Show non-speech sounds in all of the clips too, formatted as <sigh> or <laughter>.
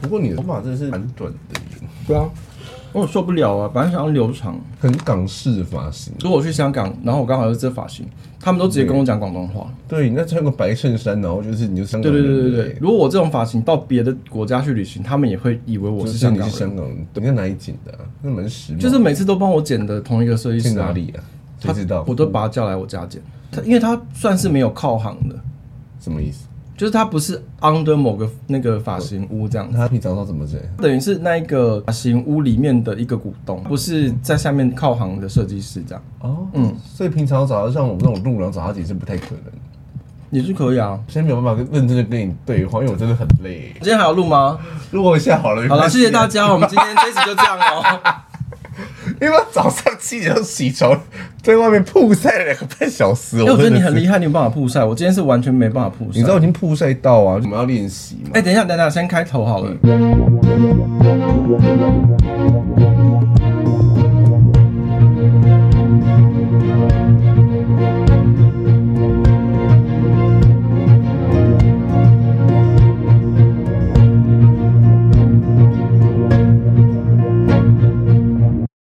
不过你的头发真的是蛮短的耶，对啊，我受不了啊！本来想要留长，很港式发型。如果我去香港，然后我刚好是这发型，他们都直接跟我讲广东话。对，你那穿个白衬衫，然后就是你就香对港对人，对对不对，如果我这种发型到别的国家去旅行，他们也会以为我就是是香你港是人。香港人，对你在哪里剪的啊？那蛮时髦。就是每次都帮我剪的同一个设计师、去啊，哪里啊？他谁知道？我都把他叫来我家剪。他因为他算是没有靠行的，什么意思？就是他不是 under 某个那个发型屋这样子，他平常都怎么剪？等于是那一个发型屋里面的一个股东，不是在下面靠行的设计师这样。哦，嗯嗯，所以平常找到像我们这种路人找他姐是不太可能。也是可以啊。现在没有办法认真的跟你对话，因为我真的很累。今天还有录吗？录我一下好了，好了，谢谢大家。家，我们今天这一集就这样 <laughs> 哦。因为早上七点就起床，在外面曝晒了两个半小时，因为我觉得真的你是很厉害，你有办法曝晒，我今天是完全没办法曝晒。你知道我已经曝晒到啊，我们要练习嘛。哎、等一下，等一下，先开头好了。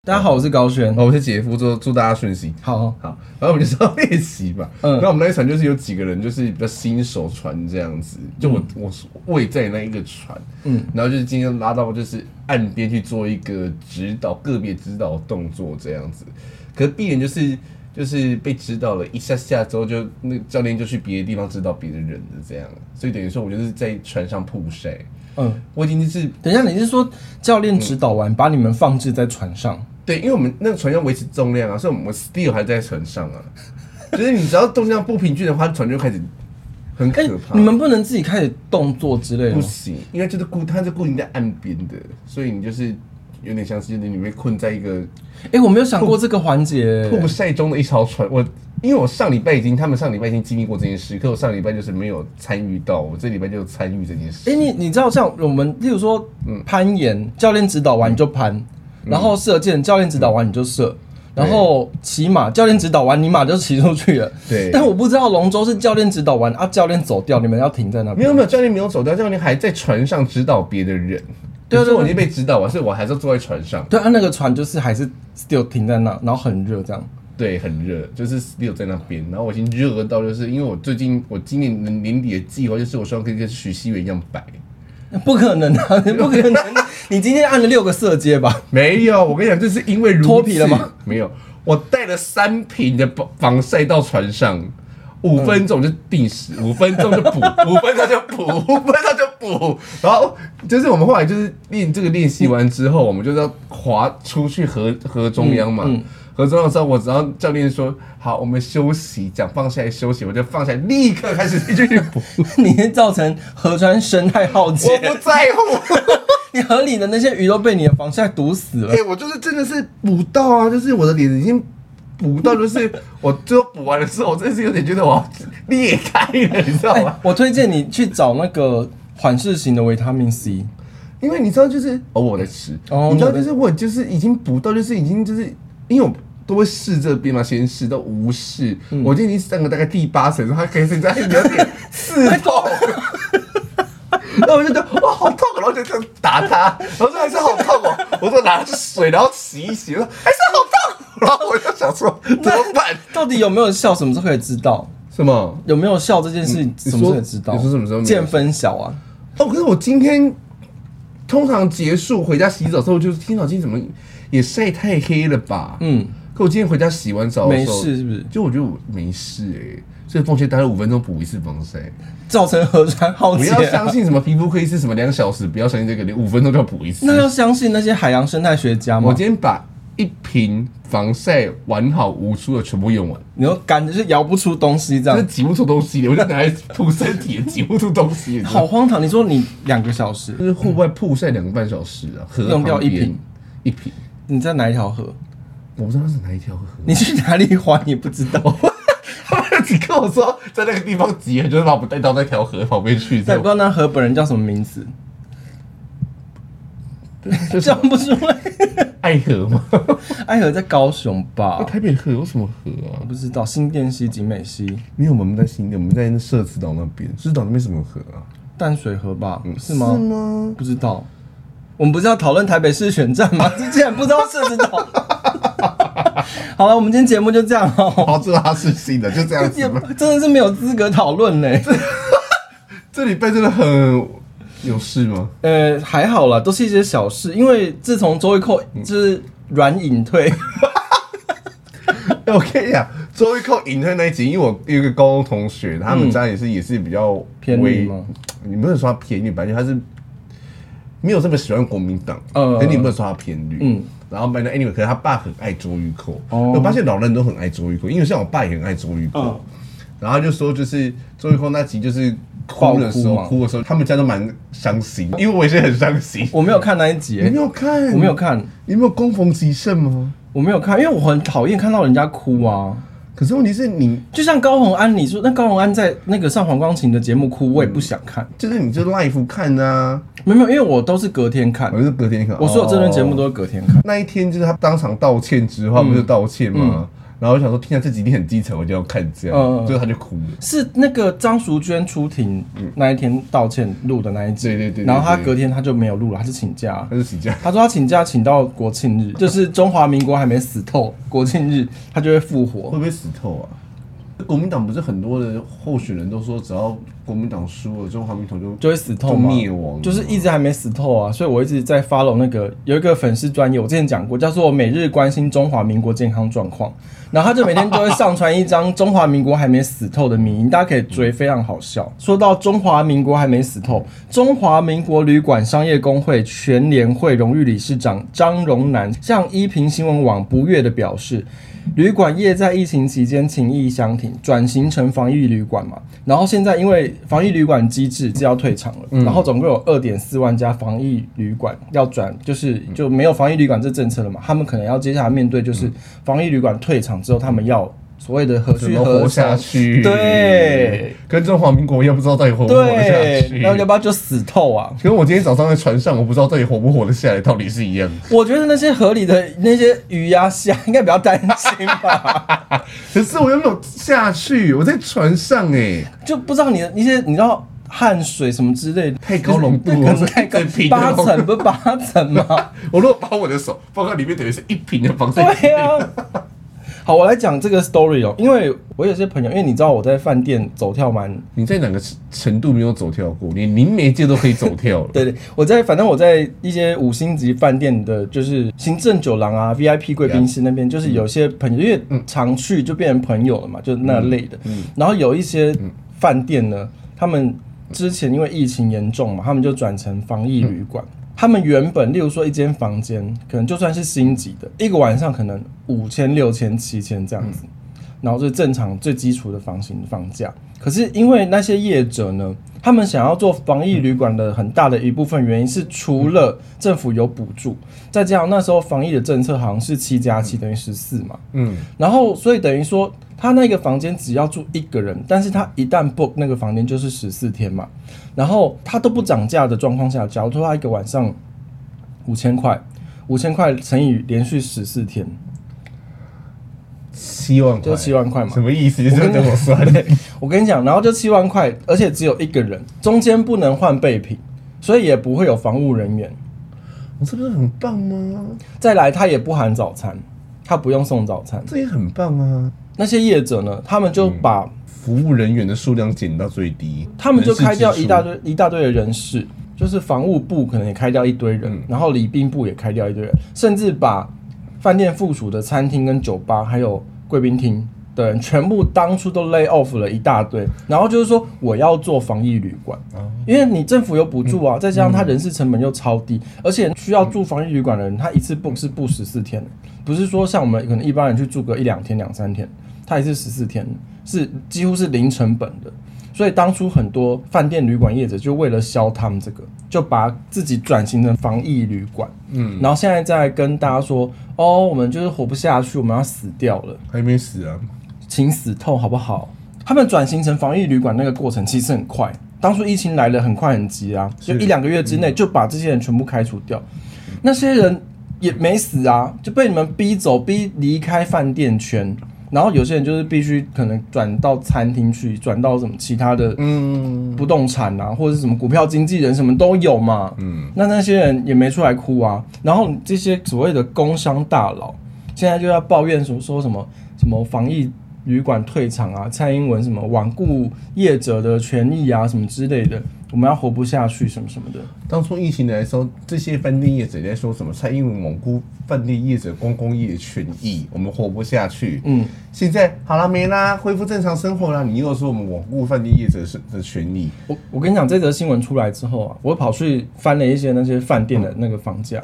大家好，我是高轩。哦，我是姐夫，祝祝大家顺心。好，好，然后我们就是要练习嘛。嗯那我们那一船就是有几个人，就是比较新手船这样子。就我、我我也在那一个船，嗯嗯，然后就是今天拉到就是岸边去做一个指导，个别指导动作这样子。可是必然就是就是被指导了一下下之后就，那教练就去别的地方指导别的人的这样。所以等于说我就是在船上曝晒，嗯，我已经就是等一下，你是说教练指导完，把你们放置在船上？对，因为我们那个船要维持重量啊，所以我们 still 还在船上啊。就是你只要重量不平均的话，船就开始很哎、可怕。你们不能自己开始动作之类的不吗。行，因为就是固，它是固定在岸边的，所以你就是有点像是你被困在一个哎、我没有想过这个环节、曝晒中的一条船。我因为我上礼拜已经，他们上礼拜已经经历过这件事，可我上礼拜就是没有参与到，我这礼拜就参与这件事。哎、你你知道像我们，例如说嗯攀岩，教练指导完你就攀，然后射箭，教练指导完你就射。嗯然后骑马，教练指导完，你马就骑出去了。对但我不知道龙舟是教练指导完啊，教练走掉，你们要停在那边。没有没有，教练没有走掉，教练还在船上指导别的人。对啊对啊可是我已对经被指导完，所以我还是要坐在船上。对啊，那个船就是还是 still 停在那，然后很热这样。对，很热，就是 still 在那边。然后我已经热到，就是因为我最近我今年年年底的计划就是我希望可以跟许熙媛一样白。不可能啊，不可 <laughs> 能！你今天按了六个色阶吧？没有，我跟你讲，就是因为如此脱皮了吗？没有，我带了三瓶的防防晒到船上，五分钟就定时，嗯五分钟就 <laughs> 补，五分钟就补，五分钟就补。然后就是我们后来就是练这个练习完之后，我们就是要划出去河河中央嗯嘛。河中央之后，我只要教练说好，我们休息，讲放下来休息，我就放下来，立刻开始继续 <laughs> 补。你是造成河川生态浩我劫，不在乎。 <laughs> 你河里的那些鱼都被你的防晒毒死了 <laughs> 哎、。我就是真的是补到啊，就是我的脸已经补到，就是我最后补完的时候，我真的是有点觉得我要裂开了，你知道吗？我推荐你去找那个缓释型的维他命 C。因为你知道，就是偶尔在吃，哦你知道，你有在就是我就是已经补到，就是已经就是因为我。都会试这边嘛，先试到无视。我今天已经上了大概第八层，然后它开始在有点刺痛，然后我就觉得哇好痛，然后就这样打它，然后说还是好痛哦。我说拿去水，然后洗一洗，我说还是好痛。然后我就想说怎么办？到底有没有效？什么时候可以知道？什么？哦，有没有效这件事，嗯你什么时候可以知道？你说你说什么时候没有见分晓啊？哦可是我今天通常结束回家洗澡之后，就是天哪，今天怎么也晒太黑了吧？嗯，可我今天回家洗完澡的没时候事是不是就我觉得我没事哎、所以奉劝大家五分钟补一次防 <laughs> 晒，造成河川浩不劫、要啊相。信什么皮肤科医师什么两小时，不要相信这个，连五分钟就要补一次 <laughs> 那。要相信那些海洋生态学家我吗？今天把一瓶防晒完好无疏的全部用 <laughs> 完，你说感觉是摇不出东西这真样的，挤不出东西了，我就拿来涂身体，也挤不出东西。你知道吗好荒唐！你说你两个小时，就是户外曝晒两个半小时啊，河用掉旁边一瓶，一瓶，你在哪一条河？我不知道是哪一条河。你去哪里滑？你不知 <laughs> 道？他们只跟我说在那个地方集合，就是把我们带到那条河旁边去，但这 <laughs> 也不知样道那河本人叫什么名字，就是讲不出来。爱河 <laughs> 吗？爱哎河在高雄 <laughs> 吧？啊台北河有什么河啊？不知道新店溪、景美溪，没有，我们在新店，我们在那社子岛那边，社子岛那边什么河啊？淡水河吧？是吗？是吗？不知道。我们不是要讨论台北市选战吗？这竟然不知道社子岛。好了，我们今天节目就这样 <laughs> 哦、好，这拉是新的，就这样子 <laughs> 也吧。真的是没有资格讨论呢。这礼拜真的很有事吗？呃，还好啦，都是一些小事。因为自从周一蔻就是软隐退，哎我跟你讲，周一扣隐退那一集，因为我有一个高中同学，他们家也是、也是比较嗯偏绿微吗，你不能说他偏绿，反正他是没有这么喜欢国民党，呃可是你不能说他偏绿，嗯。然后反正 anyway，可是他爸很爱周玉蔻，哦我发现老人都很爱周玉蔻，因为像我爸也很爱周玉蔻，嗯然后他就说就是周玉蔻那集就是哭的时候爆哭嘛哭的时候，他们家都蛮伤心，因为我也是很伤心。我没有看那一集、你没有看？我没有看，你没有攻逢其胜吗？我没有看，因为我很讨厌看到人家哭啊。可是问题是你，就像高洪安，你说那高洪安在那个上黄光琴的节目哭，我也不想看。就是你就 live 看啊，没有，没有，因为我都是隔天看我，就是隔天看。我所有真人节目都哦是隔天看。那一天，就是他当场道歉之后，他不是道歉嘛？然后我想说，天啊，这几天很基层，我就要看这嗯嗯嗯样，最后他就哭了。是那个张淑娟出庭那一天道歉录的那一集，对对对对然后她对隔天她就没有录了，她就请假他。就请假，她说她请假请到国庆日，就是中华民国还没死透，国庆日她就会复会活。不会死透啊？国民党不是很多的候选人都说，只要国民党输了，中华民国就就会死透就吗？灭亡，就是一直还没死透啊，所以我一直在 follow 那个有一个粉丝专业，我之前讲过，叫做“每日关心中华民国健康状况”，然后他就每天都会上传一张中华民国还没死透的迷因，大家可以追，非常好笑。说到中华民国还没死透，中华民国旅馆商业工会全联会荣誉理事长张荣南向依萍新闻网不悦的表示。旅馆业在疫情期间情意相挺，转型成防疫旅馆嘛。然后现在因为防疫旅馆机制就要退场了，嗯然后总共有二点四万家防疫旅馆要转，就是就没有防疫旅馆这政策了嘛。他们可能要接下来面对就是防疫旅馆退场之后，他们要所谓的何嗯怎去么何活从下去？对，跟中华民国也不知道到底活不活得下对，去。那要不要就死透啊？跟我今天早上在船上，我不知道到底活不活得下来，到底是一样。我觉得那些河里的那些鱼呀、虾，应该不要担心吧。可是我又没有下去，我在船上哎、就不知道你的一些，你知道汗水什么之类的，太高浓度了可能太高 <laughs> 这瓶，哎八的浓层不是八层吗？我如果把我的手放到里面，等于是一瓶的防晒液。对啊。好，我来讲这个 story 哦，因为我有些朋友，因为你知道我在饭店走跳蛮，你在哪个程度没有走跳过？连零媒介都可以走跳了。对对，我在反正我在一些五星级饭店的，就是行政酒廊啊、VIP 贵宾室那边，就是有些朋友，因为常去就变成朋友了嘛，就那类的。然后有一些饭店呢，他们之前因为疫情严重嘛，他们就转成防疫旅馆。他们原本，例如说一间房间，可能就算是星级的，一个晚上可能五千、六千、七千这样子。然后最正常、最基础的房型房价。可是因为那些业者呢，他们想要做防疫旅馆的很大的一部分原因是，除了政府有补助，再加上那时候防疫的政策好像是七加七等于十四嘛，嗯， <laughs> 然后所以等于说他那个房间只要住一个人，但是他一旦 book 那个房间就是十四天嘛，然后他都不涨价的状况下，假如说他一个晚上五千块，五千块乘以连续十四天，七万块，就七万块嘛什么意思？就是等我算。 <laughs> 我跟你讲，然后就七万块，而且只有一个人，中间不能换备品，所以也不会有防务人员。 <laughs> 我这不是很棒吗？再来，它也不含早餐，它不用送早餐。这也很棒啊！那些业者呢，他们就嗯把、服务人员的数量减到最低，他们就开掉一大人事堆一大堆的人事，就是防务部可能也开掉一堆嗯人，然后礼宾部也开掉一堆人，甚至把饭店附属的餐厅跟酒吧还有贵宾厅的人全部当初都 lay off 了一大堆，然后就是说我要做防疫旅馆，哦因为你政府有补助啊，嗯再加上他人事成本又超低，而且需要住防疫旅馆的人，他一次 book 是 book 十四天的，不是说像我们可能一般人去住个一两天、两三天，他也是十四天，是几乎是零成本的。所以当初很多饭店旅馆业者就为了消他们这个，就把自己转型成防疫旅馆，嗯，然后现在再跟大家说，哦，我们就是活不下去，我们要死掉了。处还没死啊！请死透好不好？他们转型成防疫旅馆那个过程其实很快，当初疫情来了很快很急啊，就一两个月之内就把这些人全部开除掉，那些人也没死啊，就被你们逼走，逼离开饭店圈。然后有些人就是必须可能转到餐厅去，转到什么其他的嗯，不动产啊，或者是什么股票经纪人什么都有嘛。嗯，那那些人也没出来哭啊。然后这些所谓的工商大佬，现在就要抱怨说说什么什么防疫旅馆退场啊，蔡英文什么罔顾业者的权益啊，什么之类的，我们要活不下去什么什么的。当初疫情来的时候，这些饭店业者在说什么？蔡英文罔顾饭店业者观光业的权益，我们活不下去。嗯，现在好了没啦，恢复正常生活啦，你又说我们罔顾饭店业者是的权益，我我跟你讲，这则新闻出来之后啊，我跑去翻了一些那些饭店的那个房价。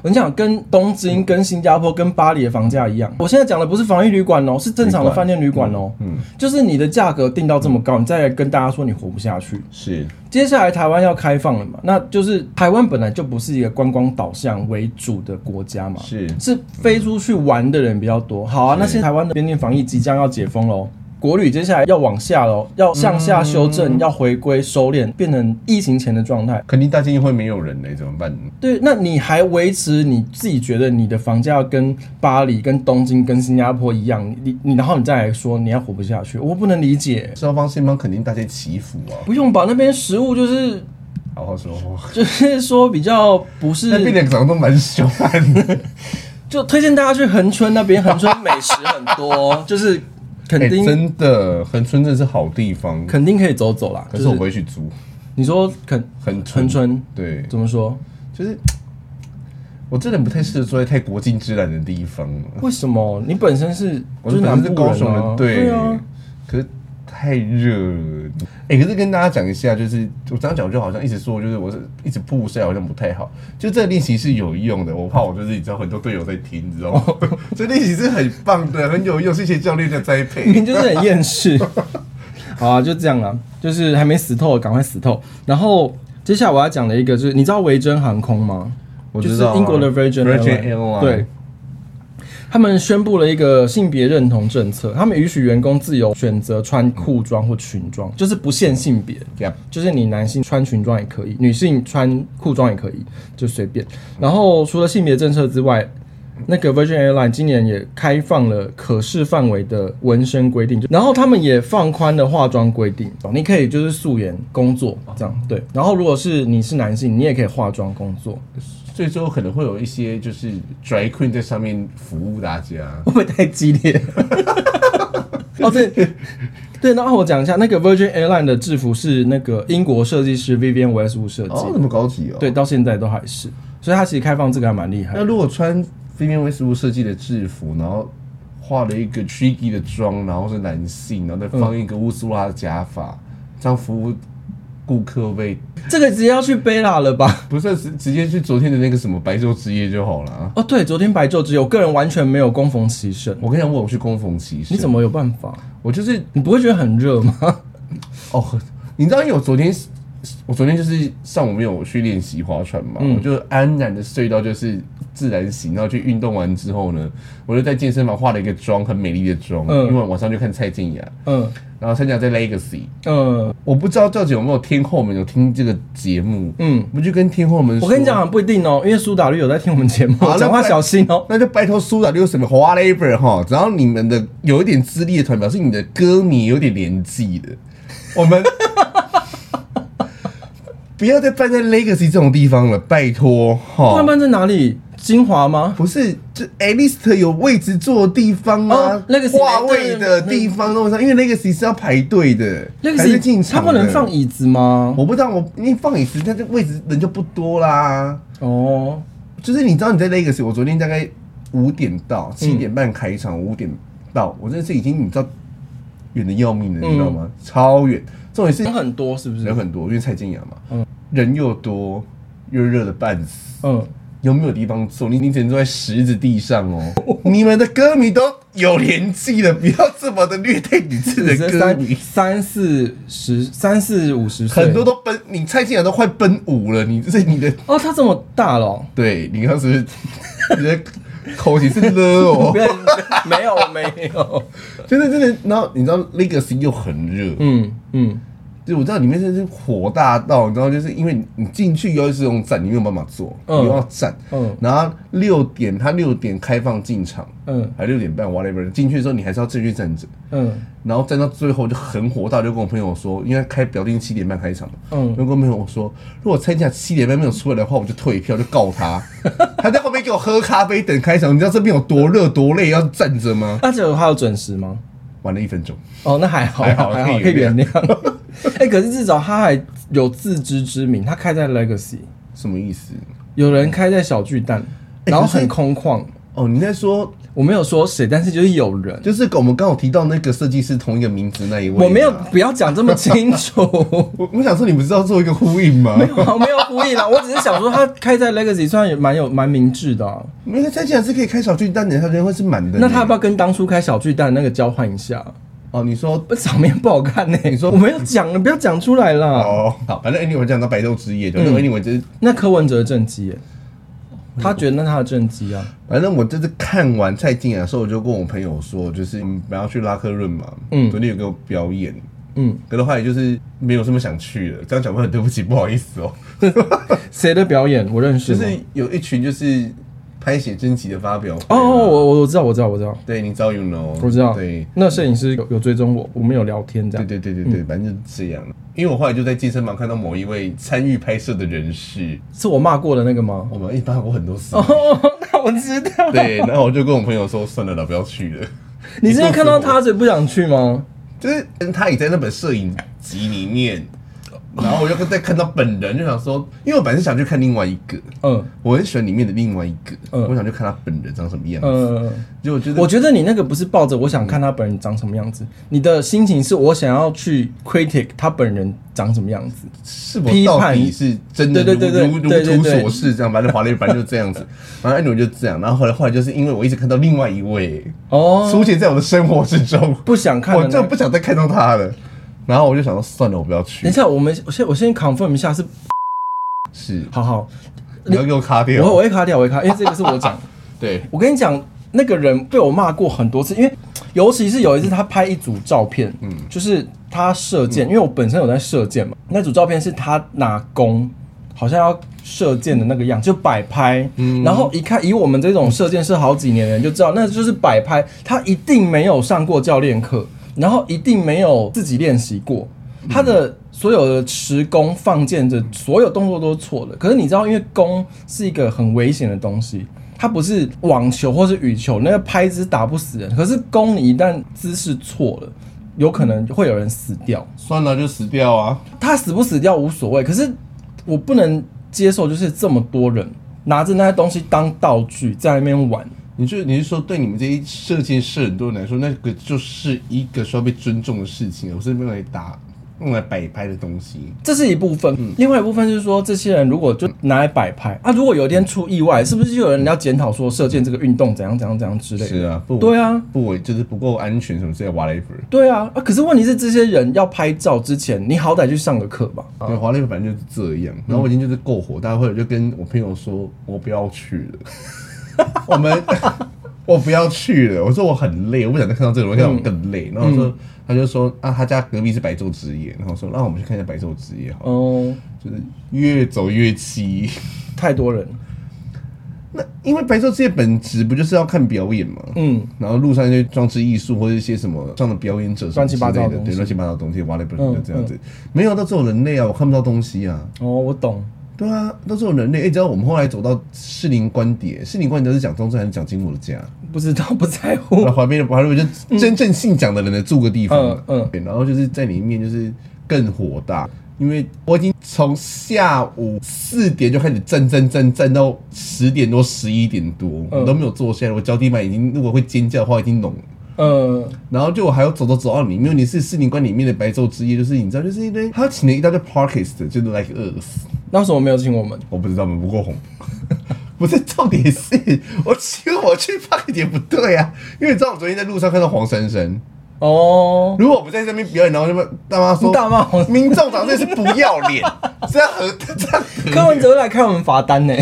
我跟你讲，跟东京、跟新加坡、跟巴黎的房价一样。我现在讲的不是防疫旅馆哦，是正常的饭店旅馆哦。嗯，就是你的价格定到这么高，你再来跟大家说你活不下去。是接下来台湾要开放了嘛？那就是台湾本来就不是一个观光导向为主的国家嘛，是是飞出去玩的人比较多。好啊，那现在台湾的边境防疫即将要解封喽。国旅接下来要往下喽，要向下修正，嗯要回归收敛，变成疫情前的状态。肯定大金会没有人嘞、怎么办？对，那你还维持你自己觉得你的房价要跟巴黎、跟东京、跟新加坡一样，你你你然后你再来说你要活不下去，我不能理解。双方双方肯定大家起伏啊，不用吧，那边食物就是 <laughs> 好好说话。就是说比较不是那变得长得都蛮凶悍的，就推荐大家去恒春那边，恒春美食很 <laughs> 多，就是 <laughs> 肯哎定、真的，恒春真的是好地方，肯定可以走走啦。可就是我不会去租你说肯恒春。恒春对，怎么说？就是我真的不太适合住在太国境之南的地方。为什么你本身是我就是本南身是部高人雄啊？人，对啊，可是太热了。哎、可是跟大家讲一下，就是我这样讲，我就好像一直说，就是我是一直曝晒，好像不太好。就这个练习是有用的，我怕我就是你知道很多队友在听，你知道吗？ <laughs> 这练习是很棒的，很有用，谢谢教练的栽培。你就是很厌世。 <laughs> 好啊，就这样啦，就是还没死透，赶快死透。然后接下来我要讲的一个就是，你知道维珍航空吗？我就知是道啊英国的 Virgin Virgin Airline， Airline 对，他们宣布了一个性别认同政策，他们允许员工自由选择穿裤装或裙装，就是不限性别， Yep 就是你男性穿裙装也可以，女性穿裤装也可以，就随便。然后除了性别政策之外，那个 Virgin Airline 今年也开放了可视范围的纹身规定，然后他们也放宽了化妆规定，你可以就是素颜工作这样对。然后如果是你是男性，你也可以化妆工作。所以说可能会有一些就是 drag queen 在上面服务大家。会不会太激烈？ <laughs> 哦，对对，然后我讲一下，那个 Virgin Airline 的制服是那个英国设计师 Vivian Westwood 设计哦，的，那么高级哦。对，，到现在都还是，所以它其实开放这个还蛮厉害那的。如果穿飞面威斯布设计的制服，然后画了一个 tricky 的妆，然后是男性，然后再放一个乌苏拉的假发，这样服务顾客被这个直接要去贝拉了吧？ <laughs> 不是直直接去昨天的那个什么白昼之夜就好了啊。哦，对，昨天白昼之夜，我个人完全没有攻逢其盛。我跟你讲，我有去供奉骑士，你怎么有办法？我就是你不会觉得很热吗？哦，你知道，因为我昨天我昨天就是上午没有去练习划船嘛，嗯我就安然的睡到就是自然醒，然后去运动完之后呢，我就在健身房化了一个妆，很美丽的妆，嗯因为晚上就看蔡健雅， <laughs> 嗯然后参加在 Legacy，嗯我不知道赵姐有没有听后门有听这个节目，嗯，我就跟听后门说，我跟你讲不一定哦，因为苏打绿有在听我们节目 <laughs> 好，那讲话不然小心哦。那就拜托苏打绿什么 whatever 哈，只要你们的有一点资历的团，表示你的歌迷有点年纪的，我们 <laughs> 不要再办在 Legacy 这种地方了，拜托他哈。们在哪里？金华吗？不是，就 at least 有位置坐的地方啊哦，Legacy 挂位的地方弄上，因为 Legacy 是要排队的，那才个能进是场他的不能放椅子吗？我不知道，我因为放椅子，但是位置人就不多啦。哦，就是你知道你在 Legacy，我昨天大概五点嗯到七点半开场，五、点到，我真的是已经你知道远的要命了，你知道吗？超远。重点是人嗯很嗯多是不是人？很多，因为蔡健雅嘛，人又多又热的半死，嗯，又没有地方坐，你你只能坐在石子地上 <laughs> 哦。你们的歌迷都有年纪了，不要这么的虐待你自己的歌三迷。三四十、三四五十岁，很多都奔，你蔡健雅都快奔五了，你这你的哦，他这么大了哦、对你刚刚是 <laughs> 不是你的口型是了哦不？要 <laughs> 没有没有，真的真的，然后你知道 Legacy 又很热，嗯嗯，就是我知道里面真的是火大到，你知道，就是因为你你进去又是用站，你没有办法坐，嗯你又要站。嗯然后六点，他六点开放进场，嗯还六点半，whatever。进去的时候你还是要继续站着，嗯然后站到最后就很火大，就跟我朋友说，因为开表定七点半开场嘛，嗯就跟我朋友说，如果参加七点半没有出来的话，我就退票，就告他。 <laughs> 他在后面给我喝咖啡等开场，你知道这边有多热多累，要站着吗？那结果他有准时吗？晚了一分钟，哦，那还好，还好还好，可可以以原原谅。 <laughs> 哎、可是至少他还有自知之明，他开在 Legacy，什么意思？有人开在小巨蛋，然后可是很空旷。哦，你在说我没有说谁，但是就是有人。就是我们刚好提到那个设计师同一个名字那一位吗，。我没有，不要讲这么清 <laughs> 楚我我想说你不是要做一个呼应吗？我没有故意啦，我只是想说他开在 Legacy 虽然也蛮有蛮明智的啊、没有，他竟然是可以开小巨蛋的，他觉得会是满的呢。那他要不要跟当初开小巨蛋那个交换一下？哦，你说不，场面不好看呢、 <laughs> 你说我没有讲了，不要讲出来啦。哦，好，反正 anyway 讲到白昼之嗯夜，就那个 anyway 就是，那柯文哲的政绩、耶，嗯他觉得那他的政绩啊，反正我这次看完蔡健雅的时候，我就跟我朋友说，就是嗯本来要去拉克润嘛，嗯昨天有给我表演。嗯，可是后来就是没有这么想去了，这样讲会很对不起，不好意思 <laughs> 哦。谁的表演我认识就吗？是有一群就是拍写真集的发表会哦，啊我我我知道，我知道，我知道，对，你知道 you know，我知道。对，那摄影师有有追踪我，我们有聊天这对样。对对对对，反正就是这样。因为我后来就在健身房看到某一位参与拍摄的人士，是我骂过的那个 <laughs> 吗？我们一般我很多次，哦，那我知道。对，然后我就跟我朋友说，算了啦，不要去了。 <laughs> 你之前看到他，所以不想去吗？就是他也在那本摄影集里面，然后我就再看到本人，就想说，因为我本来是想去看另外一个，嗯我很喜欢里面的另外一个，嗯我想去看他本人长什么样子。呃，结果觉得我觉得你那个不是抱着我想看他本人长什么样子，你的心情是我想要去 critic 他本人长什么样子。是否到底是真的批如判对对对如如对对图对所示这样，反正华丽反正就这样子，反正我就这样。然后后来后来就是因为我一直看到另外一位哦，出现在我的生活之中，不想看我的、那真的个。不想再看到他了。然后我就想说，算了，我不要去等一。下，我们我先我先 confirm 一下是，是，好好，你要给我卡我掉。我会卡掉，我会卡，因为这个是我讲。对，我跟你讲，那个人被我骂过很多次，因为尤其是有一次他拍一组照片，嗯，就是他射箭，因为我本身有在射箭嘛，那组照片是他拿弓。好像要射箭的那个样，就摆拍，然后一看，以我们这种射箭是好几年的人就知道，那就是摆拍。他一定没有上过教练课，然后一定没有自己练习过，他的所有的持弓、放箭的所有动作都是错的。可是你知道，因为弓是一个很危险的东西，它不是网球或是羽球，那个拍子打不死人。可是弓你一旦姿势错了，有可能会有人死掉。算了，就死掉啊。他死不死掉无所谓，可是我不能接受，就是这么多人拿着那些东西当道具在那边玩。你就你是说，对你们这些射箭社很多人来说，那个就是一个需要被尊重的事情，而不是用来打、用来摆拍的东西。这是一部分，嗯另外一部分就是说，这些人如果就拿来摆拍啊，如果有一天出意外，是不是就有人要检讨说射箭这个运动怎样怎样怎样之类的？是啊，不对啊，不为就是不够安全什么之类的 whatever。对啊，啊，可是问题是这些人要拍照之前，你好歹去上个课吧。对，华丽反正就是这样。然后我已经就是过火，大会我就跟我朋友说，我不要去了， <laughs> 我们我不要去了。我说我很累，我不想再看到这个人，我看到我更累。然后说、他就说啊，他家隔壁是白昼之夜，然后说那、我们去看一下白昼之夜好了，哦，就是越走越凄。太多人，那因为白昼之夜本质不就是要看表演吗？嗯，然后路上一些装置艺术或者一些什么上的表演者什么乱七八糟之的类东西的，对，乱七八糟的东西，哇嘞不嗯就这样子，没有到这种人类啊，我看不到东西啊。哦，我懂，对啊，都是有人类。哎、你知道我们后来走到士林官邸，士林官邸是蒋中正还是蒋经国的家？不知道 <laughs> 不在乎然后，旁边的旁边就真正姓蒋的人的住个地方嘛嗯嗯对然后就是在里面就是更火大，因为我已经从下午四点就开始站站站站到十点多十一点多，嗯我都没有坐下来，我脚底板已经如果会尖叫的话已经聋了。呃，然后就我还要走走走到里面，因为你是士林官里面的白昼之夜，就是你知道，就是一堆他请了一大堆 parkist，就是 like us，那为什么没有请我们？我不知道，我们不够红。 <laughs> 不是重点是，我请我去 p a r k 也不对啊，因为你知道我昨天在路上看到黄珊珊，哦， <laughs> 如果我不在这边表演，然后他们大妈说你大骂黄珊民众党这是不要 <laughs> 脸，这样和这样和柯文哲来开我们罚 <laughs> 单呢，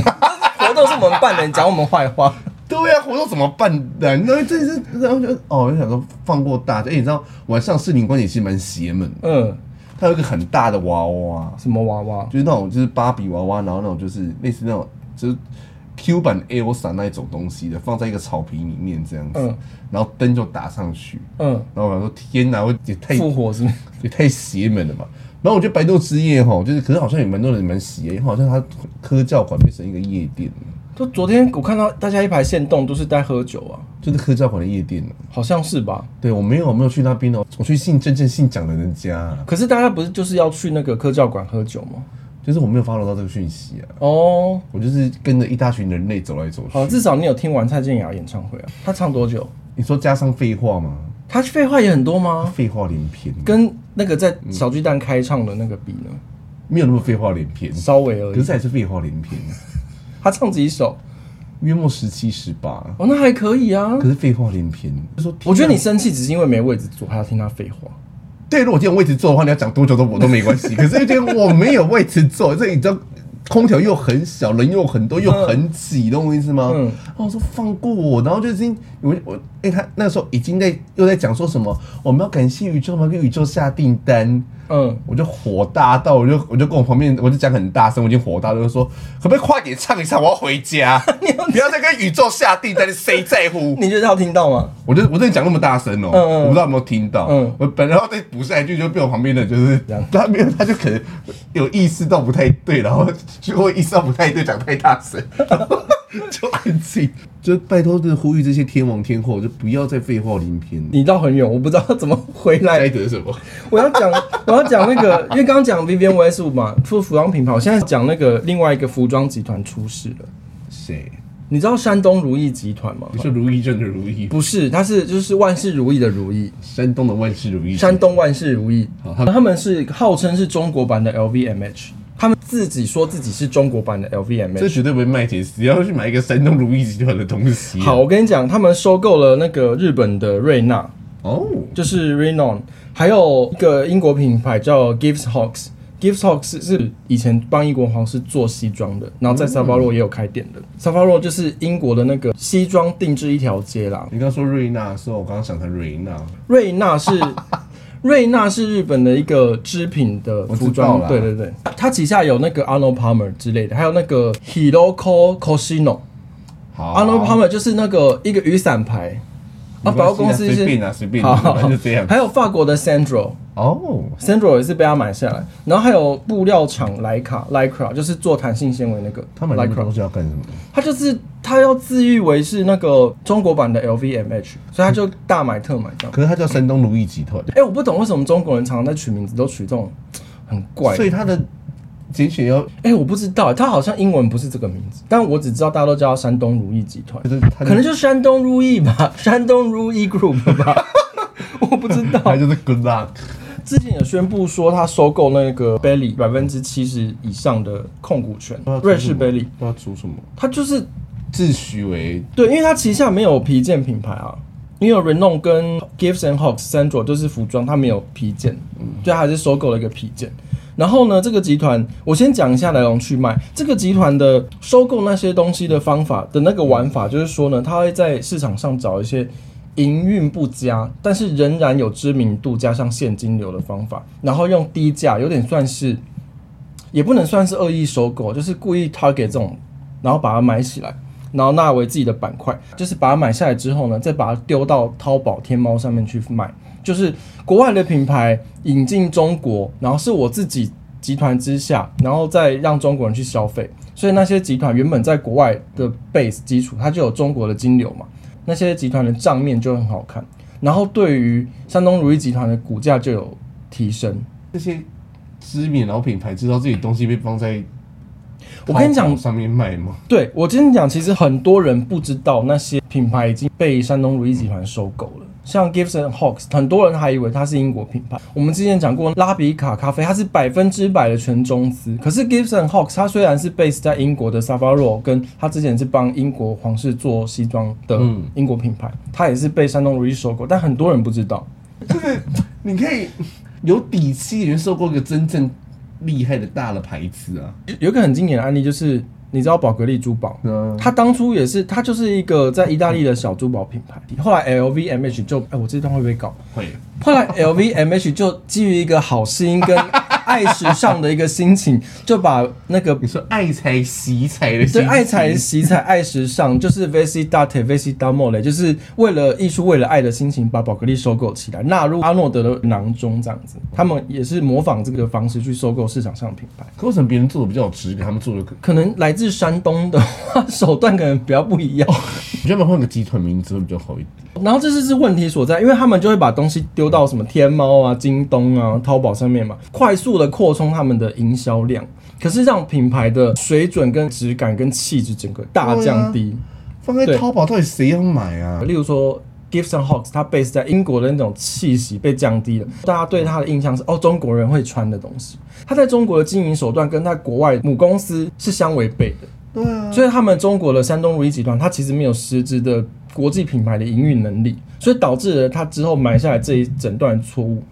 活动是我们办的，你讲我们坏话，对啊，活动怎么办呢？那这是然后就哦，我就想说放过大家，哎、你知道晚上市民观点其实蛮邪门的，嗯，它有一个很大的娃娃，什么娃娃？就是那种就是芭比娃娃，然后那种就是类似那种就是 Q 版 Elsa 那一种东西的，放在一个草坪里面这样子，嗯然后灯就打上去，嗯，然后我想说天哪，我也太复活是不是？也太邪门了吧。然后我觉得白昼之夜哈，就是可是好像有蛮多人蛮邪，因为好像它科教馆变成一个夜店了，就昨天我看到大家一排现动都是在喝酒啊，就是科教馆的夜店了。好像是吧？对我没有我没有去那边哦，我去信真正信讲的人家，啊可是大家不是就是要去那个科教馆喝酒吗？就是我没有 follow 到这个讯息啊。哦，我就是跟着一大群人类走来走去。好，至少你有听完蔡健雅演唱会啊。她唱多久？你说加上废话吗？她废话也很多吗？废话连篇，跟那个在小巨蛋开唱的那个比呢？没有那么废话连篇，稍微而可已。是还是废话连篇。她唱几首？约莫十七十八，哦，那还可以啊。可是废话连篇。就说啊我觉得你生气只是因为没位置坐，还要听她废话。对，如果今天有位置坐的话，你要讲多久都我都没关 <laughs> 系。可是因为我没有位置坐，这你知道。空调又很小，人又很多，又很挤，懂我意思吗？嗯，嗯然后我说放过我，然后就已经我我哎、他那时候已经在又在讲说什么，我们要感谢宇宙，我们要给宇宙下订单，嗯，我就火大到，我就我就跟我旁边，我就讲很大声，我已经火大了，我就说可不可以快点唱一唱，我要回 <laughs> 家，不要再跟宇宙下订单，谁在乎？你觉得她有听到吗？我就我真的讲那么大声哦、嗯嗯我不知道有没有听到，嗯我本来要再补下一句，就被我旁边的就是这样他没有，他就可能有意识到不太对，然后就会意识到不太对，讲太大 <laughs> 声。然后就安静，就拜托，就是呼吁这些天王天后，就不要再废话连篇。你到很远，我不知道怎么回来该得什么？我要讲， <laughs> 我要讲那个，因为刚刚讲 Vivian Westwood 嘛，出服装品牌，我现在讲那个另外一个服装集团出事了。谁？你知道山东如意集团吗？你说如意真的如意，不是，它是就是万事如意的如意，山东的万事如意，山东万事如意好。他他们是号称是中国版的 LVMH，他们自己说自己是中国版的这 LVMH。绝对不会卖钱，只要去买一个山东如意集团的东西。好，我跟你讲，他们收购了那个日本的瑞娜，哦，就是 Renon，还有一个英国品牌叫 Gives Hawks。Gives Hawks 是以前帮英国皇室做西装的，然后在嗯 Savaro 也有开店的。Savaro 就是英国的那个西装定制一条街啦。你刚说瑞娜的时候，我刚刚想成瑞娜，瑞 <laughs> 娜是瑞娜是日本的一个织品的服我知道装，啦对对对，它旗下有那个 Arnold Palmer 之类的，还有那个 Hiroko Koshino。好 Arnold Palmer 就是那个一个雨伞牌，啊，没关系啊百货公司是随便啊随便好反好好正就这 <laughs> 样还有法国的 Sandro。哦， Sandro 也是被他买下来，然后还有布料厂莱卡 Lycra，就是做弹性纤维那个。他买那么多 Lycra，东西要干什么？他就是他要自誉为是那个中国版的 LVMH，所以他就大买特买这样。 <laughs> 可是他叫山东如意集团，哎、我不懂为什么中国人常常在取名字都取这种很怪的。所以他的简写 <laughs> 要哎、我不知道，他好像英文不是这个名字，但我只知道大家都叫他山东如意集团，就是他就可能就山东如意吧，山东如意 Group 吧， <laughs> <laughs> 我不知道。他就是 good luck，之前有宣布说他收购那个 Bailey 百分之七十以上的控股权，瑞士 Bailey，不知道出什么，他就是自诩为对，因为他旗下没有皮件品牌啊，因为 Renon 跟 Gifts and Hawks Sandro 就是服装，他没有皮件，所以他还是收购了一个皮件。然后呢，这个集团我先讲一下来龙去脉。这个集团的收购那些东西的方法的那个玩法，就是说呢，他会在市场上找一些营运不佳，但是仍然有知名度加上现金流的方法，然后用低价，有点算是也不能算是恶意收购，就是故意 target 这种，然后把它买起来，然后纳为自己的板块，就是把它买下来之后呢，再把它丢到淘宝、天猫上面去卖，就是国外的品牌引进中国，然后是我自己集团之下，然后再让中国人去消费，所以那些集团原本在国外的 base 基础，它就有中国的金流嘛，那些集团的账面就很好看，然后对于山东如意集团的股价就有提升。这些知名老品牌知道自己东西被放在我跟你讲淘宝上面卖吗？对我今天讲，其实很多人不知道那些品牌已经被山东如意集团收购了。像 Gibson Hawks，很多人还以为它是英国品牌。我们之前讲过拉比卡咖啡，它是百分之百的全中资。可是 Gibson Hawks 它虽然是 base 在英国的 Savaro，跟它之前是帮英国皇室做西装的嗯英国品牌，它也是被山东如意收购，但很多人不知道。你可以有底气，人受过一个真正厉害的大的牌子啊，有有一个很经典的案例就是。你知道宝格丽珠宝，嗯它当初也是，它就是一个在意大利的小珠宝品牌。后来 LVMH 就，哎、我这段会不会搞？会后来 LVMH 就基于一个好心跟爱时尚的一个心情，就把那个你说爱财惜财的心对情，爱财惜财、爱时尚，就是 Vesi Date、Vesi Damole，就是为了艺术、为了爱的心情，把宝格丽收购起来，纳入阿诺德的囊中，这样子。他们也是模仿这个方式去收购市场上的品牌。可为什么别人做的比较有质感，他们做的可？可能来自山东的话，手段可能比较不一样。我觉得他们换个集团名字会比较好一点。然后这就是问题所在，因为他们就会把东西丢到什么天猫啊、京东啊、淘宝上面嘛，快速的扩充他们的营销量，可是让品牌的水准、跟质感、跟气质整个大降低。放在对淘宝到底谁要买啊？例如说 Gibson Hawks，它 base 在英国的那种气息被降低了，大家对它的印象是哦，中国人会穿的东西。它在中国的经营手段跟在国外母公司是相违背的。对啊，所以他们中国的山东如意集团，它其实没有实质的国际品牌的营运能力，所以导致了它之后买下来这一整段错误。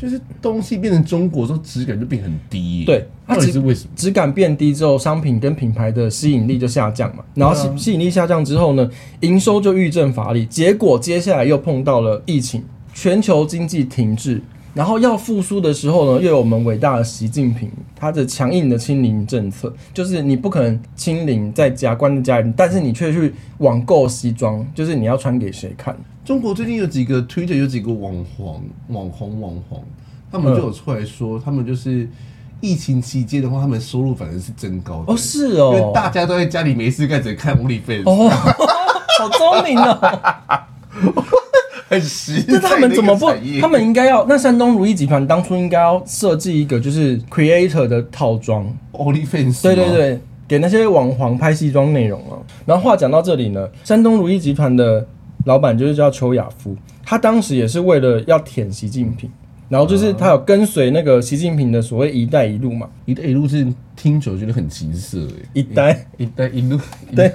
就是东西变成中国之后，质感就变很低耶。对它到底只是为什么？质感变低之后，商品跟品牌的吸引力就下降嘛，然后吸吸引力下降之后呢，营收就遇震乏力，结果接下来又碰到了疫情，全球经济停滞。然后要复苏的时候呢，又有我们伟大的习近平，他的强硬的清零政策，就是你不可能清零在家关在家里，但是你却去网购西装，就是你要穿给谁看？中国最近有几个 Twitter 有几个网红网红网红，他们就有出来说，他们就是疫情期间的话，他们收入反而是增高的哦，是因哦为，大家都在家里没事干，只能看无理费，哦，好聪明哦。很实 <laughs> 在那的一个他们怎么不产业？他们应该要那山东如意集团当初应该要设计一个就是 creator 的套装， OnlyFans，对对吗，对，给那些网黄拍西装内容啊。然后话讲到这里呢，山东如意集团的老板就是叫邱亚夫，他当时也是为了要舔习近平，然后啊就是他有跟随那个习近平的所谓“一带一路”嘛，一带一路是听久了觉得很情色哎，一带。一带一路对，